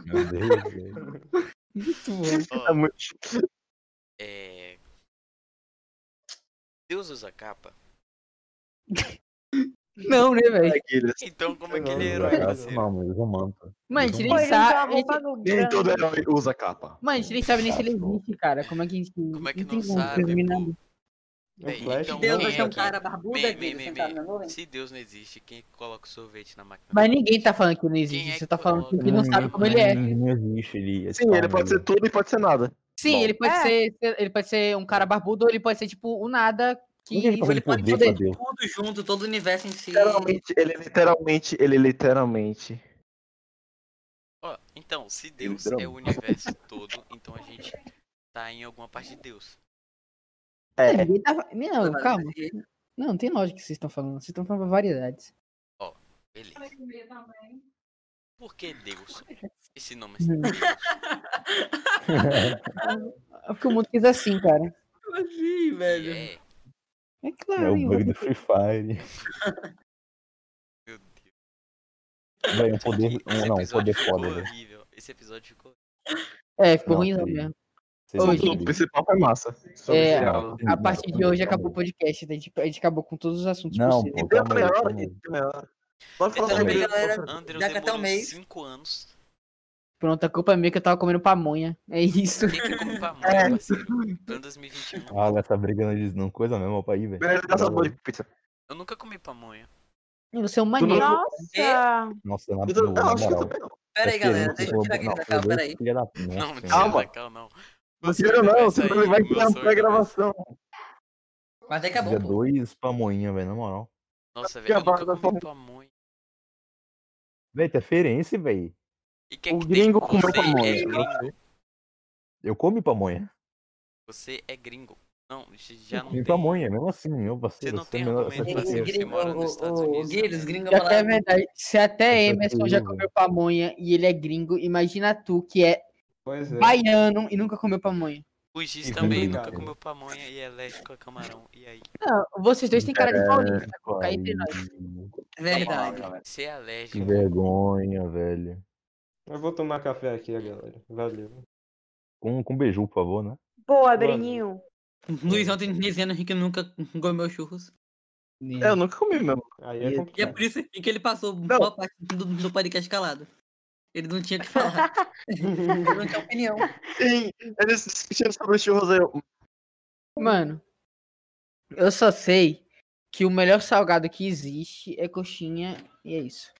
[SPEAKER 4] Meu Deus, velho.
[SPEAKER 5] muito bom.
[SPEAKER 7] Tá muito-
[SPEAKER 2] É... Deus usa capa?
[SPEAKER 5] Não, né, velho?
[SPEAKER 2] Então como é que
[SPEAKER 8] Não,
[SPEAKER 2] ele é
[SPEAKER 8] não
[SPEAKER 2] herói,
[SPEAKER 4] Caraca,
[SPEAKER 2] parceiro?
[SPEAKER 4] Não, mas é eu manto.
[SPEAKER 5] Mano, a gente
[SPEAKER 3] Pô,
[SPEAKER 5] nem
[SPEAKER 3] ele usava
[SPEAKER 5] sabe. a gente-
[SPEAKER 3] roupa no
[SPEAKER 7] Nem todo
[SPEAKER 3] grande.
[SPEAKER 7] herói é, usa capa.
[SPEAKER 5] Mano, a gente nem sabe nem se ele existe, cara. Como é que a gente.
[SPEAKER 2] Como é que
[SPEAKER 5] tem
[SPEAKER 2] não
[SPEAKER 5] como
[SPEAKER 2] sabe,
[SPEAKER 5] determinar
[SPEAKER 2] pô?
[SPEAKER 5] isso.
[SPEAKER 8] É
[SPEAKER 2] Bem,
[SPEAKER 8] flash,
[SPEAKER 2] então,
[SPEAKER 1] Deus
[SPEAKER 8] não,
[SPEAKER 1] vai
[SPEAKER 2] quem
[SPEAKER 1] ser
[SPEAKER 8] é
[SPEAKER 1] um
[SPEAKER 8] que-
[SPEAKER 1] cara barbudo
[SPEAKER 2] Bem,
[SPEAKER 1] aqui
[SPEAKER 2] bem,
[SPEAKER 1] sentado
[SPEAKER 2] bem,
[SPEAKER 1] na nuvem?
[SPEAKER 2] Se Deus não existe, quem é que coloca o sorvete na máquina?
[SPEAKER 5] Mas ninguém tá falando que não existe.
[SPEAKER 2] Quem é
[SPEAKER 5] Você
[SPEAKER 2] que
[SPEAKER 5] tá falando que
[SPEAKER 2] coloca?
[SPEAKER 5] não sabe como ele é.
[SPEAKER 7] Uhum.
[SPEAKER 4] Não existe, ele é
[SPEAKER 7] Sim, ele pode ser tudo e pode ser nada.
[SPEAKER 5] Sim,
[SPEAKER 4] Bom.
[SPEAKER 5] ele pode
[SPEAKER 3] É.
[SPEAKER 5] ser. Ele pode ser um cara barbudo ou ele pode ser, tipo, o nada. Que
[SPEAKER 4] Como que ele
[SPEAKER 1] Ou
[SPEAKER 4] consegue
[SPEAKER 1] ele pode
[SPEAKER 4] poder
[SPEAKER 1] fazer
[SPEAKER 4] pra Deus?
[SPEAKER 1] tudo junto, todo o universo em si.
[SPEAKER 7] Literalmente, ele literalmente, ele literalmente.
[SPEAKER 2] Ó, então, se Deus
[SPEAKER 4] drama.
[SPEAKER 2] é o universo todo, então a gente tá em alguma parte de Deus.
[SPEAKER 7] É.
[SPEAKER 5] Ninguém tá. Não,
[SPEAKER 1] Mas,
[SPEAKER 5] calma.
[SPEAKER 1] e-
[SPEAKER 5] Não, não tem lógica o que vocês estão falando. Vocês estão falando variedades.
[SPEAKER 2] Beleza. Por que Deus? Esse nome é
[SPEAKER 5] Hum.
[SPEAKER 2] Deus.
[SPEAKER 5] É porque o mundo quis assim, cara.
[SPEAKER 1] Como assim,
[SPEAKER 2] E
[SPEAKER 1] velho?
[SPEAKER 2] é,
[SPEAKER 5] É
[SPEAKER 4] É
[SPEAKER 5] claro.
[SPEAKER 4] o
[SPEAKER 5] hein,
[SPEAKER 4] bug do Free Fire.
[SPEAKER 2] meu Deus.
[SPEAKER 4] Velho, um poder.
[SPEAKER 2] Esse
[SPEAKER 4] Um, não, um
[SPEAKER 2] episódio
[SPEAKER 4] poder
[SPEAKER 2] ficou
[SPEAKER 4] foda, velho.
[SPEAKER 2] horrível. Esse episódio ficou
[SPEAKER 5] É, ficou
[SPEAKER 4] Não,
[SPEAKER 5] ruim
[SPEAKER 4] peraí.
[SPEAKER 7] né?
[SPEAKER 5] mesmo.
[SPEAKER 4] Vocês
[SPEAKER 5] Ô,
[SPEAKER 4] não
[SPEAKER 5] gente,
[SPEAKER 7] O
[SPEAKER 4] sabem.
[SPEAKER 7] principal foi massa.
[SPEAKER 5] É,
[SPEAKER 4] Não,
[SPEAKER 5] a
[SPEAKER 4] não,
[SPEAKER 5] partir de
[SPEAKER 4] não,
[SPEAKER 5] hoje
[SPEAKER 4] não.
[SPEAKER 5] acabou o podcast. A gente, a gente acabou com todos os assuntos
[SPEAKER 4] Não,
[SPEAKER 5] possíveis.
[SPEAKER 4] pô.
[SPEAKER 7] Deu a
[SPEAKER 4] calma aí,
[SPEAKER 7] meia hora,
[SPEAKER 4] calma aí.
[SPEAKER 7] deu a meia hora. Nós
[SPEAKER 2] Eu
[SPEAKER 7] falamos
[SPEAKER 4] também,
[SPEAKER 7] de-
[SPEAKER 1] galera.
[SPEAKER 2] André, eu
[SPEAKER 1] Daqui até um
[SPEAKER 2] demorou
[SPEAKER 1] mês.
[SPEAKER 2] 5 anos.
[SPEAKER 5] Pronto, a culpa é minha que eu tava comendo pamonha. É isso.
[SPEAKER 2] Tem que comprar
[SPEAKER 1] É.
[SPEAKER 2] mais, parceiro. Plano 2021.
[SPEAKER 4] Olha, essa briga não diz não. Coisa mesmo, ó, pra ir, velho.
[SPEAKER 7] Beleza, dá sabor de pizza.
[SPEAKER 2] Eu nunca comi pamonha.
[SPEAKER 5] Eu sou um
[SPEAKER 7] não-
[SPEAKER 5] maneiro.
[SPEAKER 3] Nossa.
[SPEAKER 4] Nossa, na,
[SPEAKER 7] Eu tô-
[SPEAKER 4] no,
[SPEAKER 7] Então, eu
[SPEAKER 4] na
[SPEAKER 7] acho que eu
[SPEAKER 4] moral. Tá
[SPEAKER 7] também não.
[SPEAKER 1] Pera aí,
[SPEAKER 4] Essa herança
[SPEAKER 1] galera. Deixa eu
[SPEAKER 4] foi-
[SPEAKER 1] tirar aqui
[SPEAKER 4] assim, né? não,
[SPEAKER 1] da
[SPEAKER 4] foi
[SPEAKER 1] calma,
[SPEAKER 4] dois
[SPEAKER 1] pera aí.
[SPEAKER 4] filha da- Nossa
[SPEAKER 2] Não, não
[SPEAKER 4] senhora.
[SPEAKER 2] tira
[SPEAKER 7] Calma.
[SPEAKER 2] da cal, não.
[SPEAKER 7] Não
[SPEAKER 2] Você
[SPEAKER 7] quero
[SPEAKER 2] ainda
[SPEAKER 7] não,
[SPEAKER 2] sair,
[SPEAKER 7] senão ele vai
[SPEAKER 2] meu sonho
[SPEAKER 7] tampar a
[SPEAKER 2] ainda vai-
[SPEAKER 7] gravação.
[SPEAKER 1] Mas aí acabou,
[SPEAKER 4] Dia
[SPEAKER 1] pô.
[SPEAKER 4] dois pamonha, velho, na moral.
[SPEAKER 2] Nossa, velho, eu nunca
[SPEAKER 7] Acabado,
[SPEAKER 2] comi
[SPEAKER 7] pô.
[SPEAKER 2] pamonha.
[SPEAKER 4] Velho, interferência, velho.
[SPEAKER 2] E que
[SPEAKER 7] O
[SPEAKER 2] que
[SPEAKER 7] gringo
[SPEAKER 2] tem?
[SPEAKER 7] comeu
[SPEAKER 2] Você
[SPEAKER 7] pamonha.
[SPEAKER 2] É gringo.
[SPEAKER 4] Eu comi pamonha.
[SPEAKER 2] Você é gringo. Não, isso já não
[SPEAKER 4] Comi
[SPEAKER 2] tem.
[SPEAKER 4] pamonha, mesmo assim, meu
[SPEAKER 2] Você
[SPEAKER 4] parceiro.
[SPEAKER 2] não
[SPEAKER 4] Você é
[SPEAKER 2] tem
[SPEAKER 4] melhor. Você
[SPEAKER 2] argumento pra
[SPEAKER 1] Esse
[SPEAKER 2] ser
[SPEAKER 4] é
[SPEAKER 2] você
[SPEAKER 1] gringo,
[SPEAKER 2] mora nos Estados
[SPEAKER 1] o, o, o
[SPEAKER 2] Unidos.
[SPEAKER 1] Guilherme,
[SPEAKER 2] né?
[SPEAKER 1] os gringos
[SPEAKER 5] E até é
[SPEAKER 1] moraram.
[SPEAKER 5] verdade. Se até
[SPEAKER 4] Eu sou
[SPEAKER 5] Emerson já
[SPEAKER 4] gringo.
[SPEAKER 5] comeu pamonha e ele é gringo, imagina tu que é
[SPEAKER 8] Pois é.
[SPEAKER 5] baiano e nunca comeu pamonha.
[SPEAKER 2] O Giz
[SPEAKER 4] Sim,
[SPEAKER 2] também
[SPEAKER 4] obrigado.
[SPEAKER 2] nunca comeu pamonha e é alérgico a camarão. E aí?
[SPEAKER 5] Não, vocês dois têm cara
[SPEAKER 4] É,
[SPEAKER 5] de paulista. Vou colocar entre nós.
[SPEAKER 1] Verdade.
[SPEAKER 2] Você é
[SPEAKER 4] Que
[SPEAKER 2] alérgico.
[SPEAKER 4] vergonha, velho.
[SPEAKER 8] Eu vou tomar café aqui, galera. Valeu.
[SPEAKER 4] Com, com beiju, por favor, né?
[SPEAKER 3] Boa,
[SPEAKER 8] Mano.
[SPEAKER 3] Breninho.
[SPEAKER 1] Luiz ontem dizendo que nunca comeu churros.
[SPEAKER 7] É, Eu nunca comi mesmo.
[SPEAKER 8] Aí é
[SPEAKER 5] E-
[SPEAKER 1] E é
[SPEAKER 8] complicado.
[SPEAKER 1] por isso que ele passou boa parte do, do podcast calado. Ele não tinha o que falar. ele não tinha opinião.
[SPEAKER 7] Sim, eles discutiram sobre o churros aí. eu-
[SPEAKER 5] Mano, eu só sei que o melhor salgado que existe é coxinha e é isso.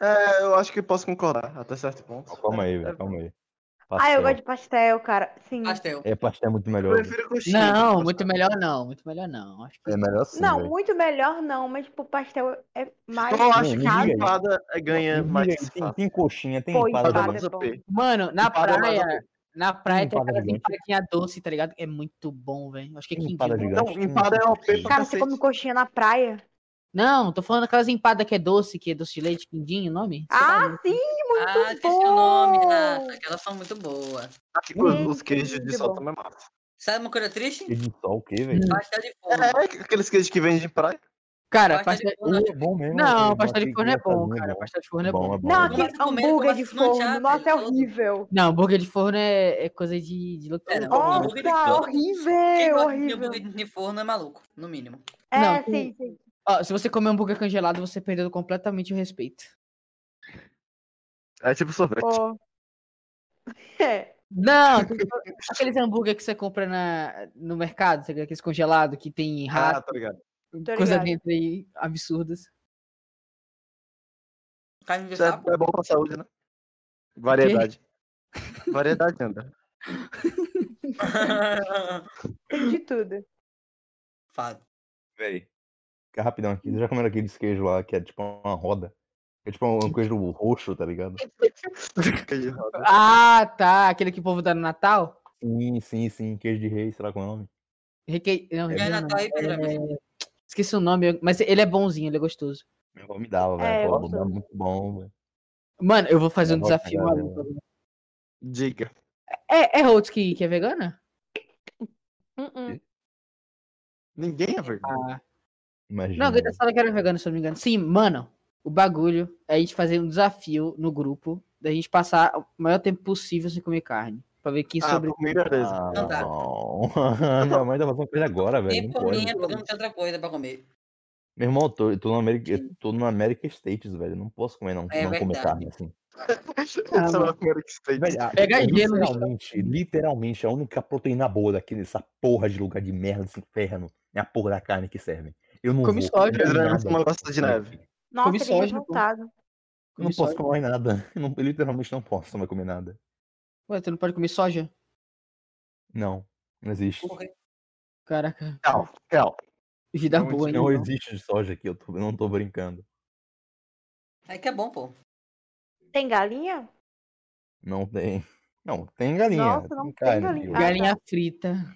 [SPEAKER 7] É, eu acho que posso concordar até certo ponto.
[SPEAKER 4] Ó, Calma aí,
[SPEAKER 7] É,
[SPEAKER 4] velho, calma aí.
[SPEAKER 3] Ah, eu
[SPEAKER 4] Pastel.
[SPEAKER 3] gosto de pastel, cara. Sim.
[SPEAKER 1] Pastel.
[SPEAKER 4] É, pastel é muito
[SPEAKER 7] Eu
[SPEAKER 4] melhor. velho.
[SPEAKER 7] prefiro coxinha.
[SPEAKER 5] Não, muito melhor não, muito melhor não. Acho que
[SPEAKER 4] É melhor assim,
[SPEAKER 3] Não, um
[SPEAKER 4] velho.
[SPEAKER 3] muito melhor não, mas tipo, pastel é mais.
[SPEAKER 7] Eu
[SPEAKER 4] Não,
[SPEAKER 7] acho
[SPEAKER 4] me
[SPEAKER 7] que
[SPEAKER 4] diga aí.
[SPEAKER 7] empada é, ganha
[SPEAKER 4] Me
[SPEAKER 7] mais
[SPEAKER 4] diga aí, Hum, tem,
[SPEAKER 7] fácil.
[SPEAKER 4] tem coxinha, tem
[SPEAKER 3] Pô,
[SPEAKER 4] empada.
[SPEAKER 3] empada
[SPEAKER 4] mano.
[SPEAKER 7] mais
[SPEAKER 3] é bom.
[SPEAKER 7] OP.
[SPEAKER 5] Mano, na
[SPEAKER 7] Empada é mais
[SPEAKER 5] praia, na praia tem
[SPEAKER 4] Empada
[SPEAKER 5] aquelas
[SPEAKER 4] gigante.
[SPEAKER 5] empadinhas doce, tá ligado? É muito bom, velho. Acho que é
[SPEAKER 4] Tem
[SPEAKER 5] quindim.
[SPEAKER 4] empada
[SPEAKER 5] não-
[SPEAKER 4] gigante.
[SPEAKER 7] Não, empada é OP pra
[SPEAKER 3] Cara, você
[SPEAKER 7] cacete.
[SPEAKER 3] come coxinha na praia?
[SPEAKER 5] Não, tô falando aquelas empadas que é doce, que é doce de leite, quindim, o nome? Sei lá,
[SPEAKER 3] Ah, sim, muito
[SPEAKER 1] ah, esqueci
[SPEAKER 3] bom.
[SPEAKER 1] o nome, Rafa, que elas são muito boas.
[SPEAKER 7] Aqui, os- Tipo, Os
[SPEAKER 3] Gente,
[SPEAKER 7] queijos de
[SPEAKER 3] muito
[SPEAKER 7] sol
[SPEAKER 3] bom.
[SPEAKER 7] também é massa.
[SPEAKER 1] Sabe uma coisa triste?
[SPEAKER 4] Queijo de sol, o quê, velho?
[SPEAKER 1] Pastel de forno.
[SPEAKER 7] É, aqueles queijos que vendem em praia.
[SPEAKER 5] Cara,
[SPEAKER 1] pastel de
[SPEAKER 5] pastel de
[SPEAKER 1] forno.
[SPEAKER 5] forno.
[SPEAKER 4] É bom mesmo.
[SPEAKER 5] Não,
[SPEAKER 4] aquele
[SPEAKER 5] pastel de
[SPEAKER 4] bate-
[SPEAKER 5] forno é bom,
[SPEAKER 4] engraçadinho,
[SPEAKER 5] cara. Pastel de forno é
[SPEAKER 4] Bom,
[SPEAKER 5] bom.
[SPEAKER 4] é bom.
[SPEAKER 3] Não,
[SPEAKER 4] é bom.
[SPEAKER 1] Começa
[SPEAKER 3] aquele
[SPEAKER 1] a comer,
[SPEAKER 3] hambúrguer de
[SPEAKER 1] começa a manchar,
[SPEAKER 3] forno. Nossa, é
[SPEAKER 1] velho, todo.
[SPEAKER 3] horrível.
[SPEAKER 5] Não, hambúrguer de forno é, é coisa de, de louco.
[SPEAKER 1] É,
[SPEAKER 5] louco, né?
[SPEAKER 1] hambúrguer de
[SPEAKER 3] Nossa,
[SPEAKER 1] forno. Quem
[SPEAKER 3] horrível,
[SPEAKER 1] gosta de
[SPEAKER 3] É, horrível.
[SPEAKER 1] hambúrguer de forno é maluco, no mínimo.
[SPEAKER 5] Não,
[SPEAKER 3] É,
[SPEAKER 5] tem-
[SPEAKER 3] sim, sim.
[SPEAKER 5] Ó, se você comer hambúrguer congelado, você perdeu completamente o respeito.
[SPEAKER 7] É tipo sorvete.
[SPEAKER 3] Pô. É.
[SPEAKER 5] Não, aqueles hambúrguer que você compra na, no mercado, sabe, aqueles congelados que tem
[SPEAKER 7] Ah,
[SPEAKER 5] rato,
[SPEAKER 7] tá ligado.
[SPEAKER 3] Tô
[SPEAKER 5] coisa
[SPEAKER 3] ligado.
[SPEAKER 5] dentro aí, absurdas.
[SPEAKER 1] Carne de
[SPEAKER 7] Isso
[SPEAKER 1] um
[SPEAKER 7] é,
[SPEAKER 1] sapo.
[SPEAKER 7] é bom pra saúde, né? Variedade. Variedade, André.
[SPEAKER 3] Tem de tudo.
[SPEAKER 1] Fato.
[SPEAKER 4] Véi. Fica rapidão aqui. Vocês já comeram aquele queijo lá que é tipo uma roda? É tipo um queijo roxo, tá ligado?
[SPEAKER 3] É.
[SPEAKER 5] Ah, tá, aquele que o povo dá no Natal?
[SPEAKER 4] Sim, sim, sim. Queijo de rei, sei lá qual é o nome.
[SPEAKER 5] Requei... Não,
[SPEAKER 1] É
[SPEAKER 5] requeijão não,
[SPEAKER 1] Natal aí, Pedro.
[SPEAKER 5] é- Esqueci o nome, eu- mas ele é bonzinho, ele é gostoso.
[SPEAKER 4] Meu avó me dava, velho.
[SPEAKER 3] É, eu
[SPEAKER 4] Pô,
[SPEAKER 3] gosto.
[SPEAKER 4] dava muito bom, velho.
[SPEAKER 5] Mano, eu vou fazer um
[SPEAKER 4] Eu gosto da
[SPEAKER 5] desafio
[SPEAKER 4] galera.
[SPEAKER 5] maluco.
[SPEAKER 7] Diga.
[SPEAKER 5] É, é Rhodes que, que é vegana?
[SPEAKER 3] Hum, hum.
[SPEAKER 7] Ninguém é verdade.
[SPEAKER 5] Ah,
[SPEAKER 4] Imagina.
[SPEAKER 5] Não, alguém da sala que era vegano, se eu não me engano. Sim, mano, o bagulho é a gente fazer um desafio no grupo, da gente passar o maior tempo possível sem comer carne. Pra ver quem
[SPEAKER 7] Ah,
[SPEAKER 5] sobre.
[SPEAKER 7] por primeira vez.
[SPEAKER 4] Ah,
[SPEAKER 1] Não dá.
[SPEAKER 4] não. Minha mãe tá fazendo coisa agora, velho.
[SPEAKER 1] Nem
[SPEAKER 4] Não
[SPEAKER 1] por mim,
[SPEAKER 4] pode.
[SPEAKER 1] é porque não tem outra coisa pra comer.
[SPEAKER 4] Meu irmão, eu tô, eu tô no América, eu tô no American States, velho. eu Não posso comer, não,
[SPEAKER 1] É
[SPEAKER 4] não comer
[SPEAKER 1] verdade.
[SPEAKER 4] carne assim.
[SPEAKER 5] Ah,
[SPEAKER 7] Isso é
[SPEAKER 5] mano.
[SPEAKER 7] uma coisa que sei.
[SPEAKER 4] Velho, a-
[SPEAKER 5] Pega
[SPEAKER 4] é
[SPEAKER 5] gelo, bicho.
[SPEAKER 4] literalmente, literalmente, a única proteína boa daquele, dessa porra de lugar de merda, desse inferno, é a porra da carne que serve. Eu não
[SPEAKER 5] Come
[SPEAKER 4] vou
[SPEAKER 5] soja.
[SPEAKER 4] comer
[SPEAKER 7] Pedro é
[SPEAKER 4] nada.
[SPEAKER 7] uma gosta de neve.
[SPEAKER 3] Nossa,
[SPEAKER 5] Come
[SPEAKER 3] que
[SPEAKER 5] soja, pô.
[SPEAKER 3] revoltado.
[SPEAKER 4] Eu não
[SPEAKER 5] Come
[SPEAKER 4] posso
[SPEAKER 5] soja.
[SPEAKER 4] comer nada. Eu, não- eu literalmente não posso mais comer nada.
[SPEAKER 5] Ué, tu não pode comer soja?
[SPEAKER 4] Não, não existe.
[SPEAKER 1] Por quê?
[SPEAKER 5] Caraca,
[SPEAKER 7] Calma, calma.
[SPEAKER 5] vida
[SPEAKER 7] É muito
[SPEAKER 5] boa ainda.
[SPEAKER 4] Não
[SPEAKER 5] não.
[SPEAKER 4] existe de soja aqui, eu, tô- eu não tô brincando.
[SPEAKER 1] É que é bom, pô.
[SPEAKER 3] Tem galinha?
[SPEAKER 4] Não tem. Não, tem galinha.
[SPEAKER 3] Nossa, não tem
[SPEAKER 4] carne aqui,
[SPEAKER 3] galinha.
[SPEAKER 4] velho.
[SPEAKER 5] Galinha frita.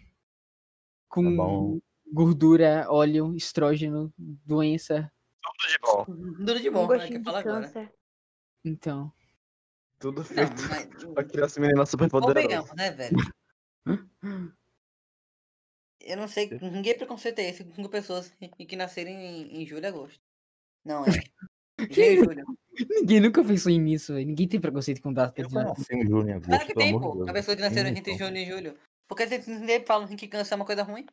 [SPEAKER 5] Com
[SPEAKER 4] Tá bom.
[SPEAKER 5] gordura, óleo, estrógeno, doença.
[SPEAKER 7] Tudo de bom.
[SPEAKER 1] Tudo de
[SPEAKER 3] Um
[SPEAKER 1] bom, né? Que
[SPEAKER 3] gostinho
[SPEAKER 1] fala
[SPEAKER 3] de
[SPEAKER 1] agora.
[SPEAKER 3] câncer.
[SPEAKER 5] Então.
[SPEAKER 7] Tudo
[SPEAKER 1] Não,
[SPEAKER 7] feito pra
[SPEAKER 1] mas.
[SPEAKER 7] criar essa menina é super poderosa.
[SPEAKER 1] Convenhamos, né, velho? Eu não sei, ninguém preconceito é esse com pessoas que que nascerem em, em julho e agosto. Não, é. Em julho.
[SPEAKER 5] Ninguém nunca pensou em isso, velho. Ninguém tem preconceito com data
[SPEAKER 4] Eu
[SPEAKER 5] de Natal.
[SPEAKER 4] nasci em julho e agosto,
[SPEAKER 1] Claro que
[SPEAKER 4] pelo
[SPEAKER 1] tem,
[SPEAKER 4] amor de
[SPEAKER 1] pô.
[SPEAKER 4] Deus.
[SPEAKER 1] A pessoa que nasceu entre
[SPEAKER 4] Então.
[SPEAKER 1] junho e julho. Porque vocês sempre falam que câncer é uma coisa ruim.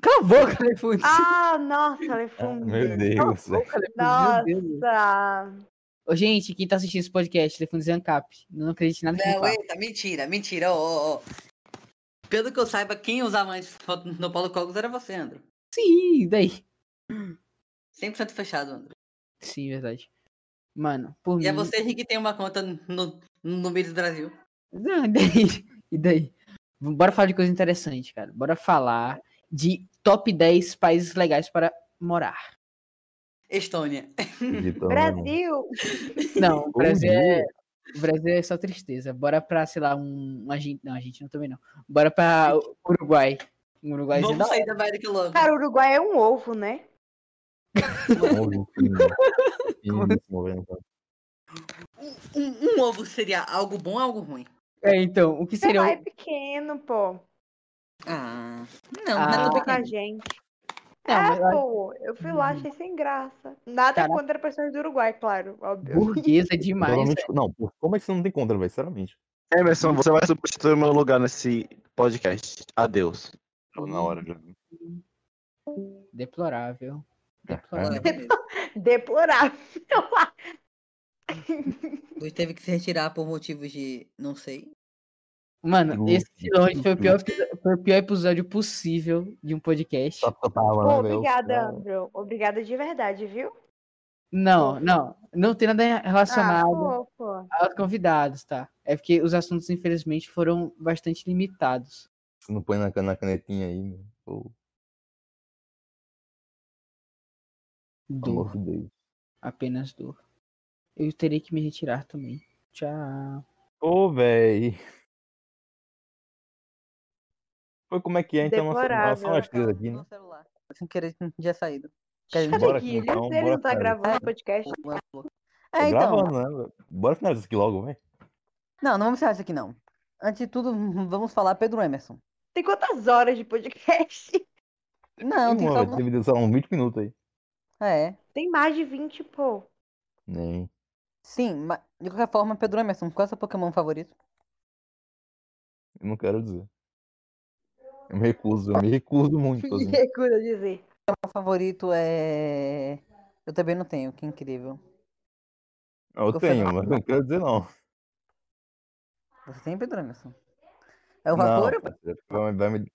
[SPEAKER 5] Cala a boca, Calefundes.
[SPEAKER 3] Ah, nossa,
[SPEAKER 4] Ah, Meu
[SPEAKER 3] Lefum.
[SPEAKER 4] Deus. velho.
[SPEAKER 5] Meu Deus.
[SPEAKER 3] Nossa.
[SPEAKER 5] Ô, gente, quem tá assistindo esse podcast, Telefundes é Ancap. Não acredite em nada que ele
[SPEAKER 1] Não,
[SPEAKER 5] fala.
[SPEAKER 1] eita, mentira, mentira. Ó, ó, ó. Pelo que eu saiba, quem usava antes foto no Paulo Cogos era você, Andro.
[SPEAKER 5] Sim, daí.
[SPEAKER 1] 100% fechado, Andro.
[SPEAKER 5] Sim, verdade. Mano, por
[SPEAKER 1] E é
[SPEAKER 4] Uhum.
[SPEAKER 5] mim.
[SPEAKER 1] você Henrique, que tem uma conta no, no meio do Brasil.
[SPEAKER 5] Não, e daí? E daí? Bora falar de coisa interessante, cara. Bora falar de top 10 países legais para morar.
[SPEAKER 1] Estônia.
[SPEAKER 4] Então,
[SPEAKER 3] Brasil.
[SPEAKER 5] Não, o
[SPEAKER 4] Bom
[SPEAKER 5] Brasil é,
[SPEAKER 4] dia.
[SPEAKER 5] o Brasil é só tristeza. Bora pra, sei lá, um. A gente, não, a gente não também não. Bora pra Uruguai. Um Uruguaizinho
[SPEAKER 1] Vamos
[SPEAKER 5] da
[SPEAKER 1] sair da América logo.
[SPEAKER 3] Cara, o Uruguai é um ovo, né?
[SPEAKER 4] Como assim?
[SPEAKER 1] Um, um- um ovo seria algo bom ou algo ruim?
[SPEAKER 5] É, então, o que
[SPEAKER 3] Sei
[SPEAKER 5] seria.
[SPEAKER 3] lá,
[SPEAKER 5] um-
[SPEAKER 3] é pequeno, pô.
[SPEAKER 1] Ah, não,
[SPEAKER 5] Ah.
[SPEAKER 1] não é tão
[SPEAKER 3] Pouca
[SPEAKER 1] pequeno.
[SPEAKER 3] gente.
[SPEAKER 5] Não, mas
[SPEAKER 3] é, pô. Eu fui lá, achei sem graça. Nada
[SPEAKER 5] Cara-
[SPEAKER 3] contra pessoas do Uruguai, claro. Óbvio.
[SPEAKER 5] burguesa demais.
[SPEAKER 4] Totalmente- Não, pô, como é que você não tem contra, velho? Sinceramente.
[SPEAKER 7] Emerson, você vai substituir meu lugar nesse podcast. Adeus.
[SPEAKER 4] Tava na hora já.
[SPEAKER 5] velho. Deplorável.
[SPEAKER 4] É, Ah.
[SPEAKER 1] Agora,
[SPEAKER 5] Deplorável.
[SPEAKER 1] beleza.
[SPEAKER 3] Deplorável.
[SPEAKER 1] Luiz teve que se retirar por motivos de. não sei.
[SPEAKER 4] é.
[SPEAKER 5] Mano,
[SPEAKER 4] Justo,
[SPEAKER 5] esse longe foi o,
[SPEAKER 4] justo.
[SPEAKER 5] pior, episo- foi o pior episódio possível de um podcast.
[SPEAKER 4] Só que eu tava,
[SPEAKER 3] Pô,
[SPEAKER 4] né, velho?
[SPEAKER 3] obrigada, Andrew. Obrigada de verdade, viu?
[SPEAKER 5] Não, não. Não tem nada
[SPEAKER 3] Ah,
[SPEAKER 5] relacionado
[SPEAKER 3] fofo.
[SPEAKER 5] aos convidados, tá? É porque os assuntos, infelizmente, foram bastante limitados.
[SPEAKER 4] Você não põe na, na canetinha aí, meu. Pô, pelo
[SPEAKER 5] Dor,
[SPEAKER 4] amor de Deus.
[SPEAKER 5] apenas dor. Eu terei que me retirar também. Tchau.
[SPEAKER 4] Ô, véi. Foi como é que é, então, nossa, nossa,
[SPEAKER 3] Deplorável.
[SPEAKER 4] nós três aqui, né?
[SPEAKER 1] No celular. Sem querer, já saído. Quer dizer,
[SPEAKER 4] Bora
[SPEAKER 3] Cadê
[SPEAKER 4] aqui,
[SPEAKER 3] Guilherme?
[SPEAKER 4] então,
[SPEAKER 3] Ele
[SPEAKER 4] bora
[SPEAKER 3] não tá
[SPEAKER 4] pra-
[SPEAKER 3] gravando o podcast.
[SPEAKER 1] boa, boa.
[SPEAKER 4] Tô
[SPEAKER 1] É, então.
[SPEAKER 4] gravando, né? velho? Bora finalizar isso aqui logo, vai.
[SPEAKER 1] Não, não vamos encerrar isso aqui, não. Antes de tudo, vamos falar Pedro Emerson.
[SPEAKER 3] Tem quantas horas de podcast?
[SPEAKER 1] Não, tem
[SPEAKER 4] Uma,
[SPEAKER 1] só
[SPEAKER 4] velho,
[SPEAKER 1] algum...
[SPEAKER 4] Teve só uns 20 minutos aí.
[SPEAKER 1] É.
[SPEAKER 3] Tem mais de 20, pô.
[SPEAKER 4] Nem.
[SPEAKER 1] Sim, mas de qualquer forma, Pedro Emerson, qual é o seu Pokémon favorito?
[SPEAKER 4] Eu não quero dizer. Eu me recuso, eu me recuso muito. Assim.
[SPEAKER 3] Recusa dizer.
[SPEAKER 1] Meu favorito é. Eu também não tenho, que incrível.
[SPEAKER 4] Eu
[SPEAKER 1] Você
[SPEAKER 4] tenho,
[SPEAKER 1] não-
[SPEAKER 4] mas não quero dizer não.
[SPEAKER 10] Você tem hidromeson. É o vapor?
[SPEAKER 4] Não, parceiro, vai, vai me...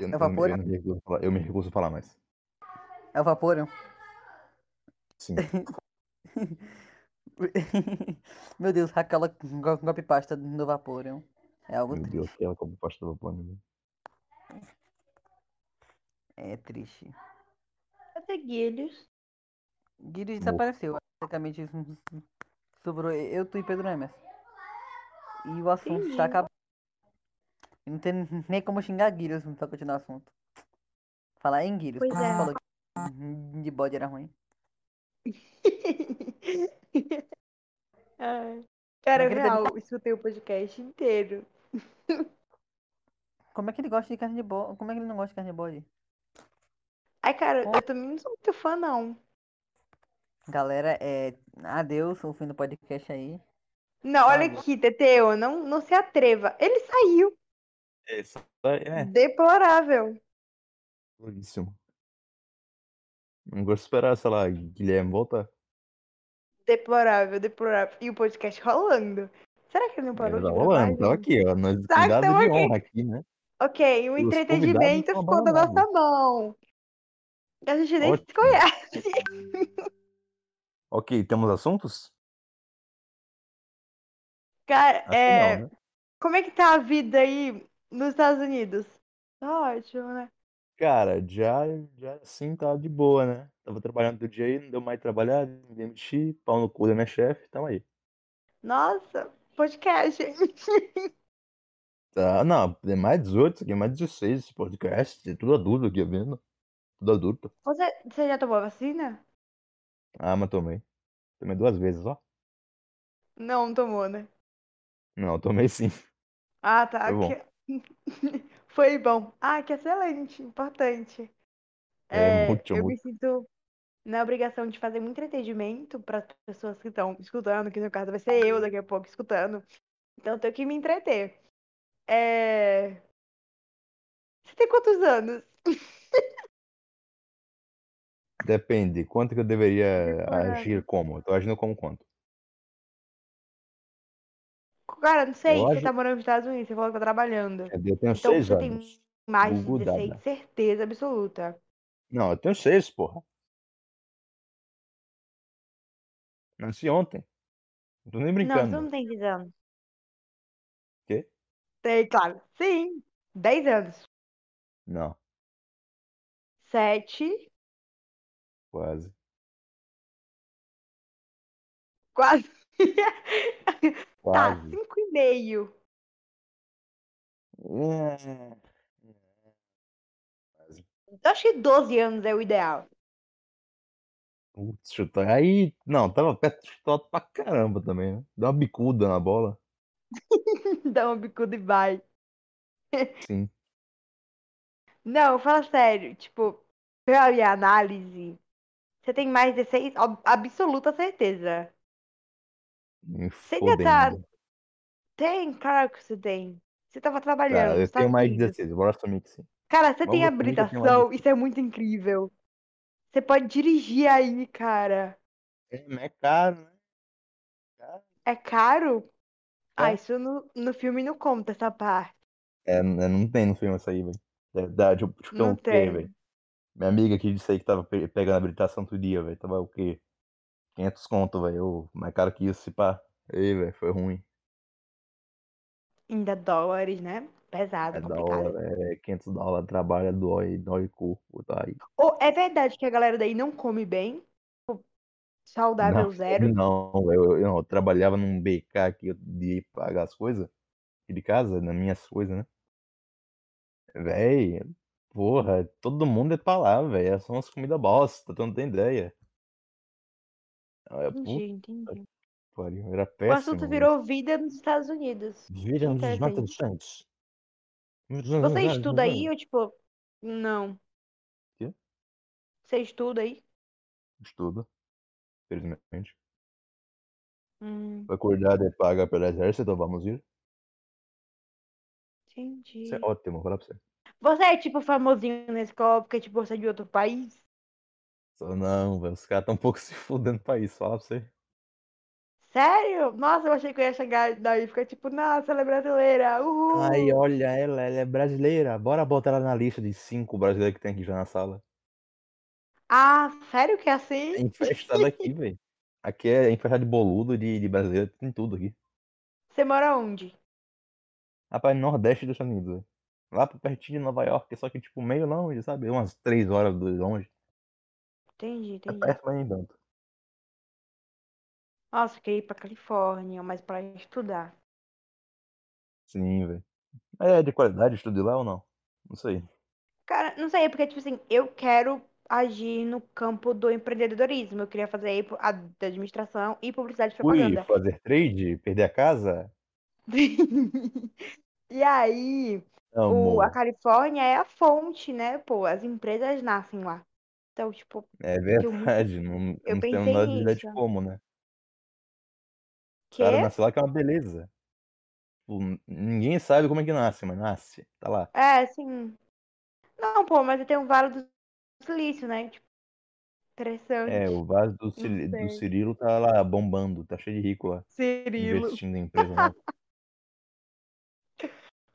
[SPEAKER 4] Eu, eu,
[SPEAKER 10] vapor?
[SPEAKER 4] eu me recuso a falar- eu me recuso a falar mais.
[SPEAKER 10] É o vapor?
[SPEAKER 4] Sim.
[SPEAKER 10] Meu Deus, Raquel go- golpe pasta no vapor. É algo
[SPEAKER 4] Meu
[SPEAKER 10] triste.
[SPEAKER 4] Deus, que ela como parte do plano. né?
[SPEAKER 10] É triste.
[SPEAKER 3] Cadê Guilhos?
[SPEAKER 10] Guiri desapareceu. Basicamente isso sobrou eu, tu e Pedro Emerson. E o assunto
[SPEAKER 3] Entendi.
[SPEAKER 10] está acabando. E Não tem nem como xingar Guilhos pra continuar o assunto. Falar em Guilhos.
[SPEAKER 3] Pois
[SPEAKER 10] porque você
[SPEAKER 3] é.
[SPEAKER 10] falou que de bode era ruim.
[SPEAKER 3] Ai. Cara,
[SPEAKER 10] Mas ele deve
[SPEAKER 3] real, escutei o podcast inteiro.
[SPEAKER 10] Como é que ele gosta de carne de bode? Como é que ele não gosta de carne de bode?
[SPEAKER 3] Ai, cara,
[SPEAKER 10] Bom.
[SPEAKER 3] eu também não sou muito fã, não.
[SPEAKER 10] Galera, é. Adeus, o fim do podcast aí.
[SPEAKER 3] Não, olha
[SPEAKER 8] Sabe?
[SPEAKER 3] aqui, Teteu, não, não se atreva. Ele saiu.
[SPEAKER 4] É, isso aí é
[SPEAKER 3] Deplorável.
[SPEAKER 4] lindíssimo. Hum, Não gosto de esperar, sei lá, Guilherme voltar.
[SPEAKER 3] Deplorável, deplorável. E o podcast rolando. Será que ele não parou
[SPEAKER 4] Ele tá
[SPEAKER 3] de gravar,
[SPEAKER 4] rolando, tá
[SPEAKER 3] gente?
[SPEAKER 4] aqui, ó. Nós
[SPEAKER 3] Tá,
[SPEAKER 4] cuidado
[SPEAKER 3] tamo
[SPEAKER 4] de
[SPEAKER 3] aqui.
[SPEAKER 4] honra aqui, né?
[SPEAKER 3] Ok, o
[SPEAKER 4] Os convidados
[SPEAKER 3] entretenimento
[SPEAKER 4] estão
[SPEAKER 3] ficou da nossa
[SPEAKER 4] abandonados.
[SPEAKER 3] mão. A gente nem se
[SPEAKER 4] Ótimo.
[SPEAKER 3] conhece.
[SPEAKER 4] Ok, temos assuntos?
[SPEAKER 3] Cara,
[SPEAKER 4] Acho que
[SPEAKER 3] é,
[SPEAKER 4] não, né?
[SPEAKER 3] como é que tá a vida aí nos Estados Unidos? Tá ótimo, né?
[SPEAKER 4] Cara, já, já sim tá de boa, né? Tava trabalhando todo dia aí, não deu mais de trabalhar, me demiti, pau no cu da minha chefe, tamo aí.
[SPEAKER 3] Nossa, podcast.
[SPEAKER 4] Tá, não, tem mais 18, isso aqui é mais 16, esse podcast, é tudo adulto aqui, vendo? Tudo adulto.
[SPEAKER 3] Você, você já tomou a vacina?
[SPEAKER 4] Ah, mas tomei. Tomei duas vezes, ó.
[SPEAKER 3] Não, não tomou, né?
[SPEAKER 4] Não, tomei sim.
[SPEAKER 3] Ah, tá.
[SPEAKER 4] Foi bom.
[SPEAKER 3] que- Foi bom. Ah, que excelente, importante.
[SPEAKER 4] É,
[SPEAKER 3] É,
[SPEAKER 4] muito,
[SPEAKER 3] eu me
[SPEAKER 4] muito.
[SPEAKER 3] sinto na obrigação de fazer um entretenimento para as pessoas que estão escutando, que no caso vai ser eu daqui a pouco escutando. Então eu tenho que me entreter. É... Você tem quantos anos?
[SPEAKER 4] Depende, quanto que eu deveria
[SPEAKER 3] Decorado.
[SPEAKER 4] agir como? Eu tô agindo como quanto?
[SPEAKER 3] Cara, não sei,
[SPEAKER 4] Eu
[SPEAKER 3] você
[SPEAKER 4] acho-
[SPEAKER 3] tá morando nos Estados Unidos, você falou que tá trabalhando.
[SPEAKER 4] Eu tenho
[SPEAKER 3] Então
[SPEAKER 4] seis
[SPEAKER 3] você tem
[SPEAKER 4] anos.
[SPEAKER 3] mais de
[SPEAKER 4] Gugu
[SPEAKER 3] 16,
[SPEAKER 4] Dada.
[SPEAKER 3] certeza absoluta.
[SPEAKER 4] Não, eu tenho seis, porra. Nasci ontem. Não tô nem
[SPEAKER 3] Não, você
[SPEAKER 4] brincando.
[SPEAKER 3] não tá tem 10 anos.
[SPEAKER 4] Quê?
[SPEAKER 3] Tem, claro. Sim, 10 anos.
[SPEAKER 4] Não,
[SPEAKER 3] 7,
[SPEAKER 4] quase.
[SPEAKER 3] quase. Tá,
[SPEAKER 4] Quase.
[SPEAKER 3] 5 e meio.
[SPEAKER 4] É,
[SPEAKER 3] Eu acho que 12 anos é o ideal.
[SPEAKER 4] Putz, chutar. Aí, não, tava perto de chutar alto pra caramba também, né? Dá uma bicuda na bola.
[SPEAKER 3] Dá uma bicuda e vai.
[SPEAKER 4] Sim.
[SPEAKER 3] Não, fala sério. Tipo, pela minha análise, você tem mais 16, ab- absoluta certeza.
[SPEAKER 4] Me
[SPEAKER 3] Você ainda tá-
[SPEAKER 4] fodendo.
[SPEAKER 3] Tem, claro que você tem. Você tava trabalhando
[SPEAKER 4] Tá,
[SPEAKER 3] nos
[SPEAKER 4] eu tenho
[SPEAKER 3] Estados
[SPEAKER 4] mais
[SPEAKER 3] Unidos.
[SPEAKER 4] 16, bora assumir que sim.
[SPEAKER 3] Cara,
[SPEAKER 4] Mas
[SPEAKER 3] você
[SPEAKER 4] eu
[SPEAKER 3] tem
[SPEAKER 4] nunca tinha
[SPEAKER 3] habilitação,
[SPEAKER 4] mais
[SPEAKER 3] isso é muito incrível. Você pode dirigir aí, cara.
[SPEAKER 4] É, mas é caro, né?
[SPEAKER 3] É caro? Ah,
[SPEAKER 4] É.
[SPEAKER 3] isso no, no filme não conta essa parte.
[SPEAKER 4] É, n- é, não tem no filme isso aí, velho. Deve dar, tipo, acho que é
[SPEAKER 3] Não
[SPEAKER 4] o quê,
[SPEAKER 3] tem.
[SPEAKER 4] velho? Minha amiga que disse aí que tava pe- pegando habilitação todo dia, velho. Tava o quê? 500 conto, velho. Ô, Mais caro que isso, se pá. Ei, velho, foi ruim.
[SPEAKER 3] Ainda dólares, né? Pesado,
[SPEAKER 4] É da
[SPEAKER 3] complicado.
[SPEAKER 4] hora, é 500 dólares, trabalha, dói, dói cu, tá aí.
[SPEAKER 3] Ou é verdade que a galera daí não come bem? Tipo, Saudável
[SPEAKER 4] Não,
[SPEAKER 3] zero?
[SPEAKER 4] Não, velho, eu, eu- eu trabalhava num BK aqui de pagar as coisas aqui de casa, nas minhas coisas, né? Véi, porra, todo mundo é pra lá, velho. São as comidas bosta, tu não tem ideia. É,
[SPEAKER 3] Entendi,
[SPEAKER 4] puta,
[SPEAKER 3] entendi.
[SPEAKER 4] que pariu, era
[SPEAKER 3] O assunto
[SPEAKER 4] péssimo.
[SPEAKER 3] virou vida nos Estados Unidos.
[SPEAKER 4] Vira nos né?
[SPEAKER 3] interessante.
[SPEAKER 4] interessantes.
[SPEAKER 3] Você estuda aí ou tipo. Não.
[SPEAKER 4] Quê?
[SPEAKER 3] Você estuda aí?
[SPEAKER 4] Estudo, felizmente.
[SPEAKER 3] Hum,
[SPEAKER 4] Acordar é paga pelo exército, vamos ir.
[SPEAKER 3] entendi.
[SPEAKER 4] Isso é ótimo, falar pra você.
[SPEAKER 3] Você é tipo famosinho na escola porque tipo, você é de outro país?
[SPEAKER 4] Só não, velho, os caras tão um pouco se fudendo pra isso, falar pra você.
[SPEAKER 3] Sério? Nossa, eu achei que eu ia chegar daí e ficar tipo, nossa, ela é brasileira, uhul.
[SPEAKER 4] Ai, olha ela, ela é brasileira. Bora botar ela na lista de cinco brasileiros que tem aqui já na sala.
[SPEAKER 3] Ah, sério que é assim?
[SPEAKER 4] É infestado aqui, velho. Aqui é infestado de boludo, de, de brasileiro, tem tudo aqui.
[SPEAKER 3] Você mora onde?
[SPEAKER 4] Rapaz, Nordeste dos Estados Unidos, velho. Lá pra pertinho de Nova York, só que tipo meio longe, sabe? Umas três horas do- longe. É
[SPEAKER 3] Entendi, entendi.
[SPEAKER 4] perto, mas nem tanto.
[SPEAKER 3] Nossa, eu queria ir pra Califórnia, mas pra estudar.
[SPEAKER 4] Sim, velho. É de qualidade o estudo lá ou não? Não sei.
[SPEAKER 3] Cara, não sei, porque, tipo assim, eu quero agir no campo do empreendedorismo. Eu queria fazer aí pro- a da administração e publicidade e
[SPEAKER 4] Fui
[SPEAKER 3] propaganda.
[SPEAKER 4] fazer trade, perder a casa?
[SPEAKER 3] E aí, o, a
[SPEAKER 4] Amor.
[SPEAKER 3] Califórnia é a fonte, né? Pô, as empresas nascem lá. Então, tipo,
[SPEAKER 4] É
[SPEAKER 3] eu muito-
[SPEAKER 4] verdade, não,
[SPEAKER 3] eu
[SPEAKER 4] não temos
[SPEAKER 3] pensei
[SPEAKER 4] nada de ideia de
[SPEAKER 3] nisso.
[SPEAKER 4] como, né? O cara
[SPEAKER 3] Quê?
[SPEAKER 4] nasce lá que é uma beleza. Tipo, n- ninguém sabe como é que nasce, mas nasce. Tá lá.
[SPEAKER 3] É, assim. Não, pô, mas eu tenho o Vale do Silício, né? Tipo,
[SPEAKER 4] É,
[SPEAKER 3] interessante.
[SPEAKER 4] o vaso do,
[SPEAKER 3] Não
[SPEAKER 4] Ciri- do
[SPEAKER 3] sei.
[SPEAKER 4] Cirilo tá lá bombando, tá cheio de rico lá,
[SPEAKER 3] Cirilo.
[SPEAKER 4] investindo em empresa nova.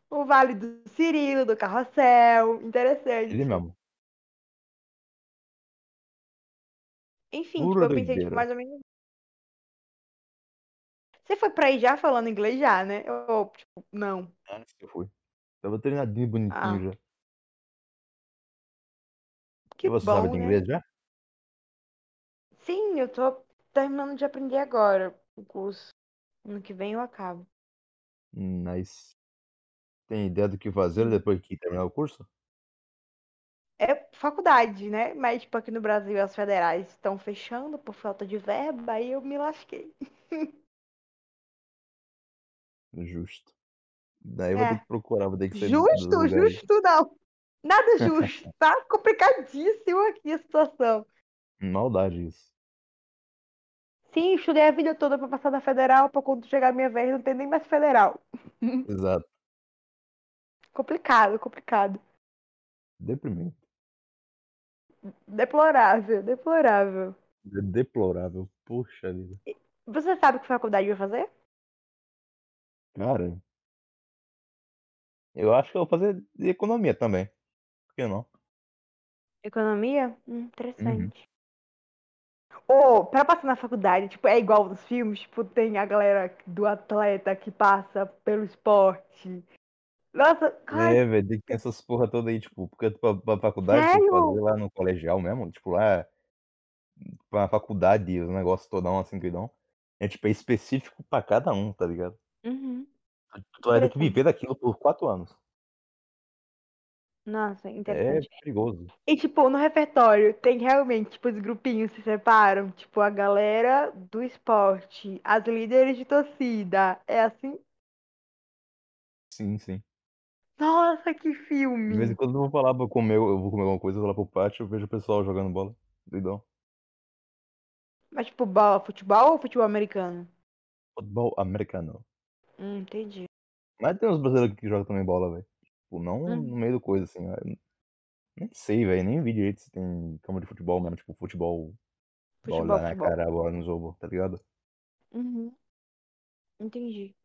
[SPEAKER 3] O Vale do Cirilo, do Carrossel. Interessante.
[SPEAKER 4] Ele mesmo.
[SPEAKER 3] Enfim, tipo,
[SPEAKER 4] Pura
[SPEAKER 3] eu pensei, tipo,
[SPEAKER 4] doideira.
[SPEAKER 3] mais ou menos. Você foi pra aí já falando inglês já, né? Ou, tipo, não.
[SPEAKER 4] Ah, se eu fui. Tava treinadinho,
[SPEAKER 3] Ah,
[SPEAKER 4] bonitinho já.
[SPEAKER 3] Que
[SPEAKER 4] E você sabe
[SPEAKER 3] bom,
[SPEAKER 4] de
[SPEAKER 3] né?
[SPEAKER 4] inglês já?
[SPEAKER 3] Sim, eu tô terminando de aprender agora o curso. Ano que vem eu acabo.
[SPEAKER 4] Hum, Mas tem ideia do que
[SPEAKER 3] Hum.
[SPEAKER 4] fazer depois que terminar o curso?
[SPEAKER 3] É faculdade, né? Mas, tipo, aqui no Brasil as federais estão fechando por falta de verba, aí eu me lasquei.
[SPEAKER 4] Justo. Daí eu vou ter
[SPEAKER 3] É.
[SPEAKER 4] que procurar, vou ter que sair dos
[SPEAKER 3] Justo,
[SPEAKER 4] lugares.
[SPEAKER 3] justo não. Nada justo. Tá complicadíssimo aqui a situação.
[SPEAKER 4] Maldade isso.
[SPEAKER 3] Sim, estudei a vida toda pra passar na federal, pra quando chegar a minha vez não ter nem mais federal. Hum.
[SPEAKER 4] Exato.
[SPEAKER 3] Complicado, complicado.
[SPEAKER 4] Deprimente.
[SPEAKER 3] Deplorável, deplorável.
[SPEAKER 4] De- Deplorável. Poxa vida.
[SPEAKER 3] Você sabe que faculdade vai fazer?
[SPEAKER 4] Cara, eu acho que eu vou fazer economia também. Por que não?
[SPEAKER 3] Economia? Hum,
[SPEAKER 4] Uhum.
[SPEAKER 3] interessante. Ou, pra passar na faculdade, tipo, é igual nos filmes, tipo, tem a galera do atleta que passa pelo esporte. Nossa, ai,
[SPEAKER 4] É, velho, tem que ter essas porra toda aí, tipo, porque pra, pra faculdade tem que fazer
[SPEAKER 3] sério?
[SPEAKER 4] lá no colegial mesmo, tipo, lá pra faculdade, os negócios todão assim que dão. É tipo, é específico pra cada um, tá ligado?
[SPEAKER 3] Uhum,
[SPEAKER 4] Tu vai ter que
[SPEAKER 3] interessante.
[SPEAKER 4] viver daquilo por quatro anos.
[SPEAKER 3] Nossa,
[SPEAKER 4] É
[SPEAKER 3] interessante.
[SPEAKER 4] perigoso.
[SPEAKER 3] E, tipo, no repertório tem realmente, tipo, os grupinhos se separam, tipo, a galera do esporte, as líderes de torcida. É assim?
[SPEAKER 4] Sim, sim.
[SPEAKER 3] Nossa, que
[SPEAKER 4] De vez em
[SPEAKER 3] filme!
[SPEAKER 4] quando eu vou falar pra comer, eu vou comer alguma coisa, eu vou lá pro pátio, eu vejo o pessoal jogando bola. Doidão.
[SPEAKER 3] Mas, tipo, bola, futebol ou futebol americano?
[SPEAKER 4] Futebol americano.
[SPEAKER 3] Hum, entendi.
[SPEAKER 4] Mas tem uns brasileiros que jogam também bola, velho. Tipo, não no
[SPEAKER 3] Uhum.
[SPEAKER 4] meio do coisa, assim. eu Nem sei, velho. Nem vi direito se tem campo de futebol mesmo. Tipo, futebol,
[SPEAKER 3] Futebol,
[SPEAKER 4] bola na
[SPEAKER 3] futebol.
[SPEAKER 4] cara, bola no jogo, tá ligado?
[SPEAKER 3] Uhum, entendi.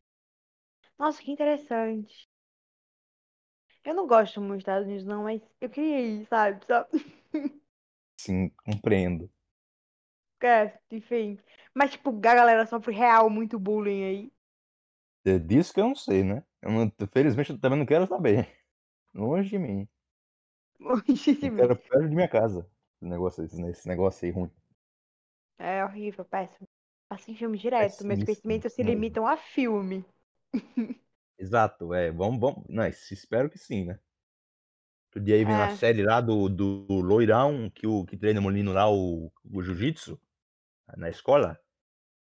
[SPEAKER 3] Nossa, que interessante. Eu não gosto muito dos Estados Unidos, não, mas eu queria ir, sabe? Só...
[SPEAKER 4] Sim, compreendo.
[SPEAKER 3] É, enfim. Mas, tipo, a galera sofre real muito bullying aí.
[SPEAKER 4] É disso que eu não sei, né? Eu não, felizmente eu também não quero saber. Longe de mim.
[SPEAKER 3] Longe de
[SPEAKER 4] Não
[SPEAKER 3] mim.
[SPEAKER 4] quero perto de minha casa. Esse negócio, esse, esse negócio aí ruim.
[SPEAKER 3] É horrível, péssimo. Assim filme direto. Meus
[SPEAKER 4] Pessimíssimo.
[SPEAKER 3] conhecimentos se
[SPEAKER 4] Nojo.
[SPEAKER 3] limitam a filme.
[SPEAKER 4] Exato, é. Vamos, vamos. Nós espero que sim, né? Outro dia aí vendo a
[SPEAKER 3] É.
[SPEAKER 4] série lá do, do Loirão, que, o, que treina o menino lá, o, o Jiu-Jitsu, na escola.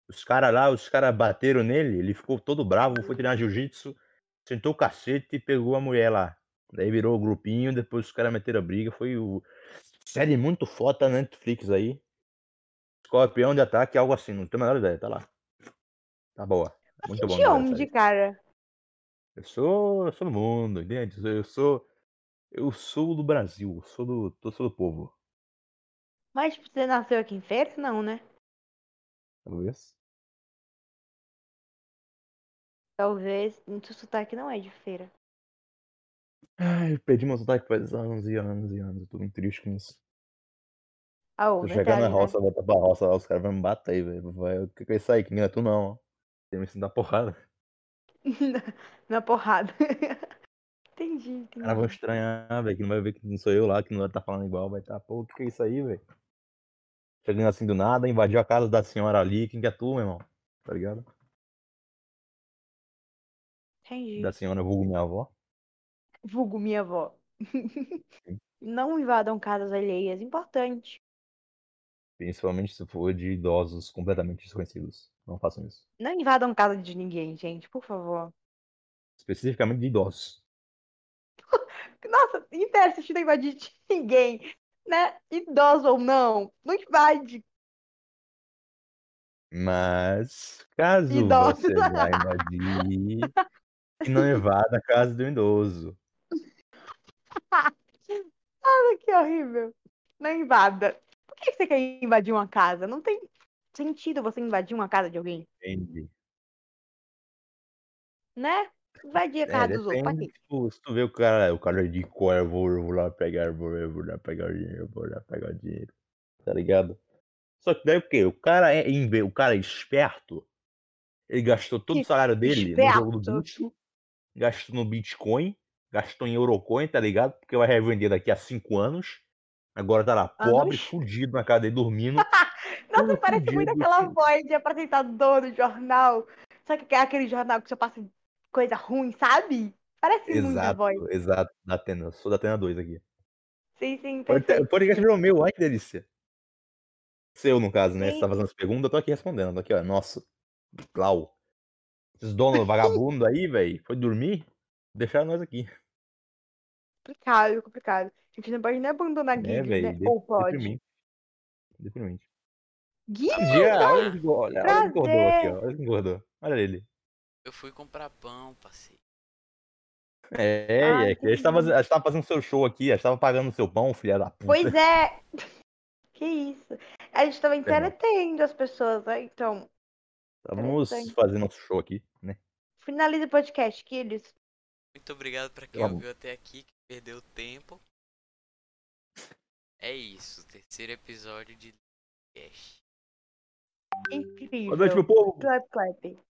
[SPEAKER 4] Os caras lá, os caras bateram nele, ele ficou todo bravo, foi treinar Jiu-Jitsu, sentou o cacete e pegou a mulher lá. Daí virou o grupinho, depois os caras meteram a briga. Foi o. Série muito foda na Netflix aí. Escorpião de ataque, algo assim, não tenho a menor ideia, tá lá. Tá boa. Muito bom
[SPEAKER 3] De
[SPEAKER 4] de ver a
[SPEAKER 3] onde,
[SPEAKER 4] série.
[SPEAKER 3] cara?
[SPEAKER 4] Eu sou, eu sou do mundo, entende? Eu sou, eu sou do Brasil, eu sou do, eu sou do povo,
[SPEAKER 3] Mas tipo, você nasceu aqui em Feira? Não, né?
[SPEAKER 4] talvez.
[SPEAKER 3] Talvez. O seu sotaque não é de feira.
[SPEAKER 4] Ai, eu perdi meu sotaque faz anos e anos e anos. Eu tô muito triste com isso.
[SPEAKER 3] Ah, ô,
[SPEAKER 4] Tô chegando
[SPEAKER 3] verdade,
[SPEAKER 4] na
[SPEAKER 3] né?
[SPEAKER 4] roça, voltar pra roça, lá, os caras vão me bater, velho. Vai, o que que é isso aí? Que não é tu não, ó. Tem me ensinar porrada.
[SPEAKER 3] Na porrada. entendi, entendi.
[SPEAKER 4] Os caras vão estranhar, velho. Que não vai ver que não sou eu lá, que não vai tá falando igual, vai tá, pô, o que que é isso aí, velho? Chegando assim do nada, invadiu a casa da senhora ali. Quem que é tu, meu irmão? Tá ligado?
[SPEAKER 3] Entendi.
[SPEAKER 4] Da senhora vulgo minha avó.
[SPEAKER 3] Vulgo minha avó. Não invadam casas alheias, importante.
[SPEAKER 4] Principalmente se for de idosos completamente desconhecidos. Não façam isso.
[SPEAKER 3] Não invadam casa de ninguém, gente, por favor.
[SPEAKER 4] Especificamente de idosos.
[SPEAKER 3] Nossa, interessa se não invadir de ninguém, né? Idoso ou não, não invade.
[SPEAKER 4] Mas, caso
[SPEAKER 3] Idosos.
[SPEAKER 4] você vá invadir, que não invada a casa do idoso.
[SPEAKER 3] Olha que horrível. Não invada. Por que que você quer invadir uma casa? Não tem sentido você invadir uma casa de alguém,
[SPEAKER 4] Entende?
[SPEAKER 3] né? Invadir a
[SPEAKER 4] É,
[SPEAKER 3] casa dos outros, pra
[SPEAKER 4] depende,
[SPEAKER 3] quê?
[SPEAKER 4] tipo, se tu vê o cara, o cara é de cor, eu vou, eu vou lá pegar, eu vou, eu vou lá pegar o dinheiro, eu vou lá pegar o dinheiro, tá ligado? Só que daí o quê? O cara é inve- o cara é esperto, ele gastou todo o
[SPEAKER 3] Que
[SPEAKER 4] salário dele no jogo do
[SPEAKER 3] esperto.
[SPEAKER 4] bicho, gastou no Bitcoin, gastou em Eurocoin, tá ligado? Porque vai revender daqui a cinco anos, agora tá lá, pobre,
[SPEAKER 3] Anos?
[SPEAKER 4] fudido na cadeia, dormindo,
[SPEAKER 3] Nossa,
[SPEAKER 4] todo
[SPEAKER 3] parece muito
[SPEAKER 4] fudido,
[SPEAKER 3] aquela voz de apresentador do jornal. Só que é aquele jornal que só passa coisa ruim, sabe? Parece muito a
[SPEAKER 4] Exato,
[SPEAKER 3] voz.
[SPEAKER 4] exato. Da Atena. Sou da Atena 2 aqui.
[SPEAKER 3] Sim, sim,
[SPEAKER 4] Pode ter-
[SPEAKER 3] perfeito.
[SPEAKER 4] O podcast virou meu, ai que delícia. Seu, no caso, né? Você
[SPEAKER 3] Sim.
[SPEAKER 4] tá fazendo as perguntas, eu tô aqui respondendo. Tô aqui, ó. Nossa, Glau. Esses donos vagabundo aí, velho, foi dormir? Deixaram nós aqui.
[SPEAKER 3] Complicado, complicado. A gente não pode nem abandonar
[SPEAKER 4] É,
[SPEAKER 3] Guilherme, né?
[SPEAKER 4] velho. De
[SPEAKER 3] Ou pode.
[SPEAKER 4] deprimente. Deprimente.
[SPEAKER 3] Guilherme!
[SPEAKER 4] Um dia, olha, ele engor- olha, olha, ele engordou aqui,
[SPEAKER 3] tá Prazer!
[SPEAKER 4] ó. Olha, ele engordou. Olha ele.
[SPEAKER 2] Eu fui comprar pão, parceiro.
[SPEAKER 4] É,
[SPEAKER 3] Ah,
[SPEAKER 4] é, que a gente tava,
[SPEAKER 3] entendi.
[SPEAKER 4] a gente tava fazendo seu show aqui, a gente tava pagando seu pão, filha da puta.
[SPEAKER 3] Pois é! Que isso? A gente tava
[SPEAKER 4] Foi mal.
[SPEAKER 3] entretendo as pessoas, né? Então,
[SPEAKER 4] Estávamos
[SPEAKER 3] interessante.
[SPEAKER 4] fazendo nosso show aqui, né?
[SPEAKER 3] finaliza o podcast, Guilherme.
[SPEAKER 2] Muito obrigado pra quem
[SPEAKER 4] Pelo amor.
[SPEAKER 2] ouviu até aqui, que perdeu tempo. É isso, terceiro episódio de Cash.
[SPEAKER 4] Boa noite, meu
[SPEAKER 3] Incrível.
[SPEAKER 4] povo.
[SPEAKER 3] Clap, clap.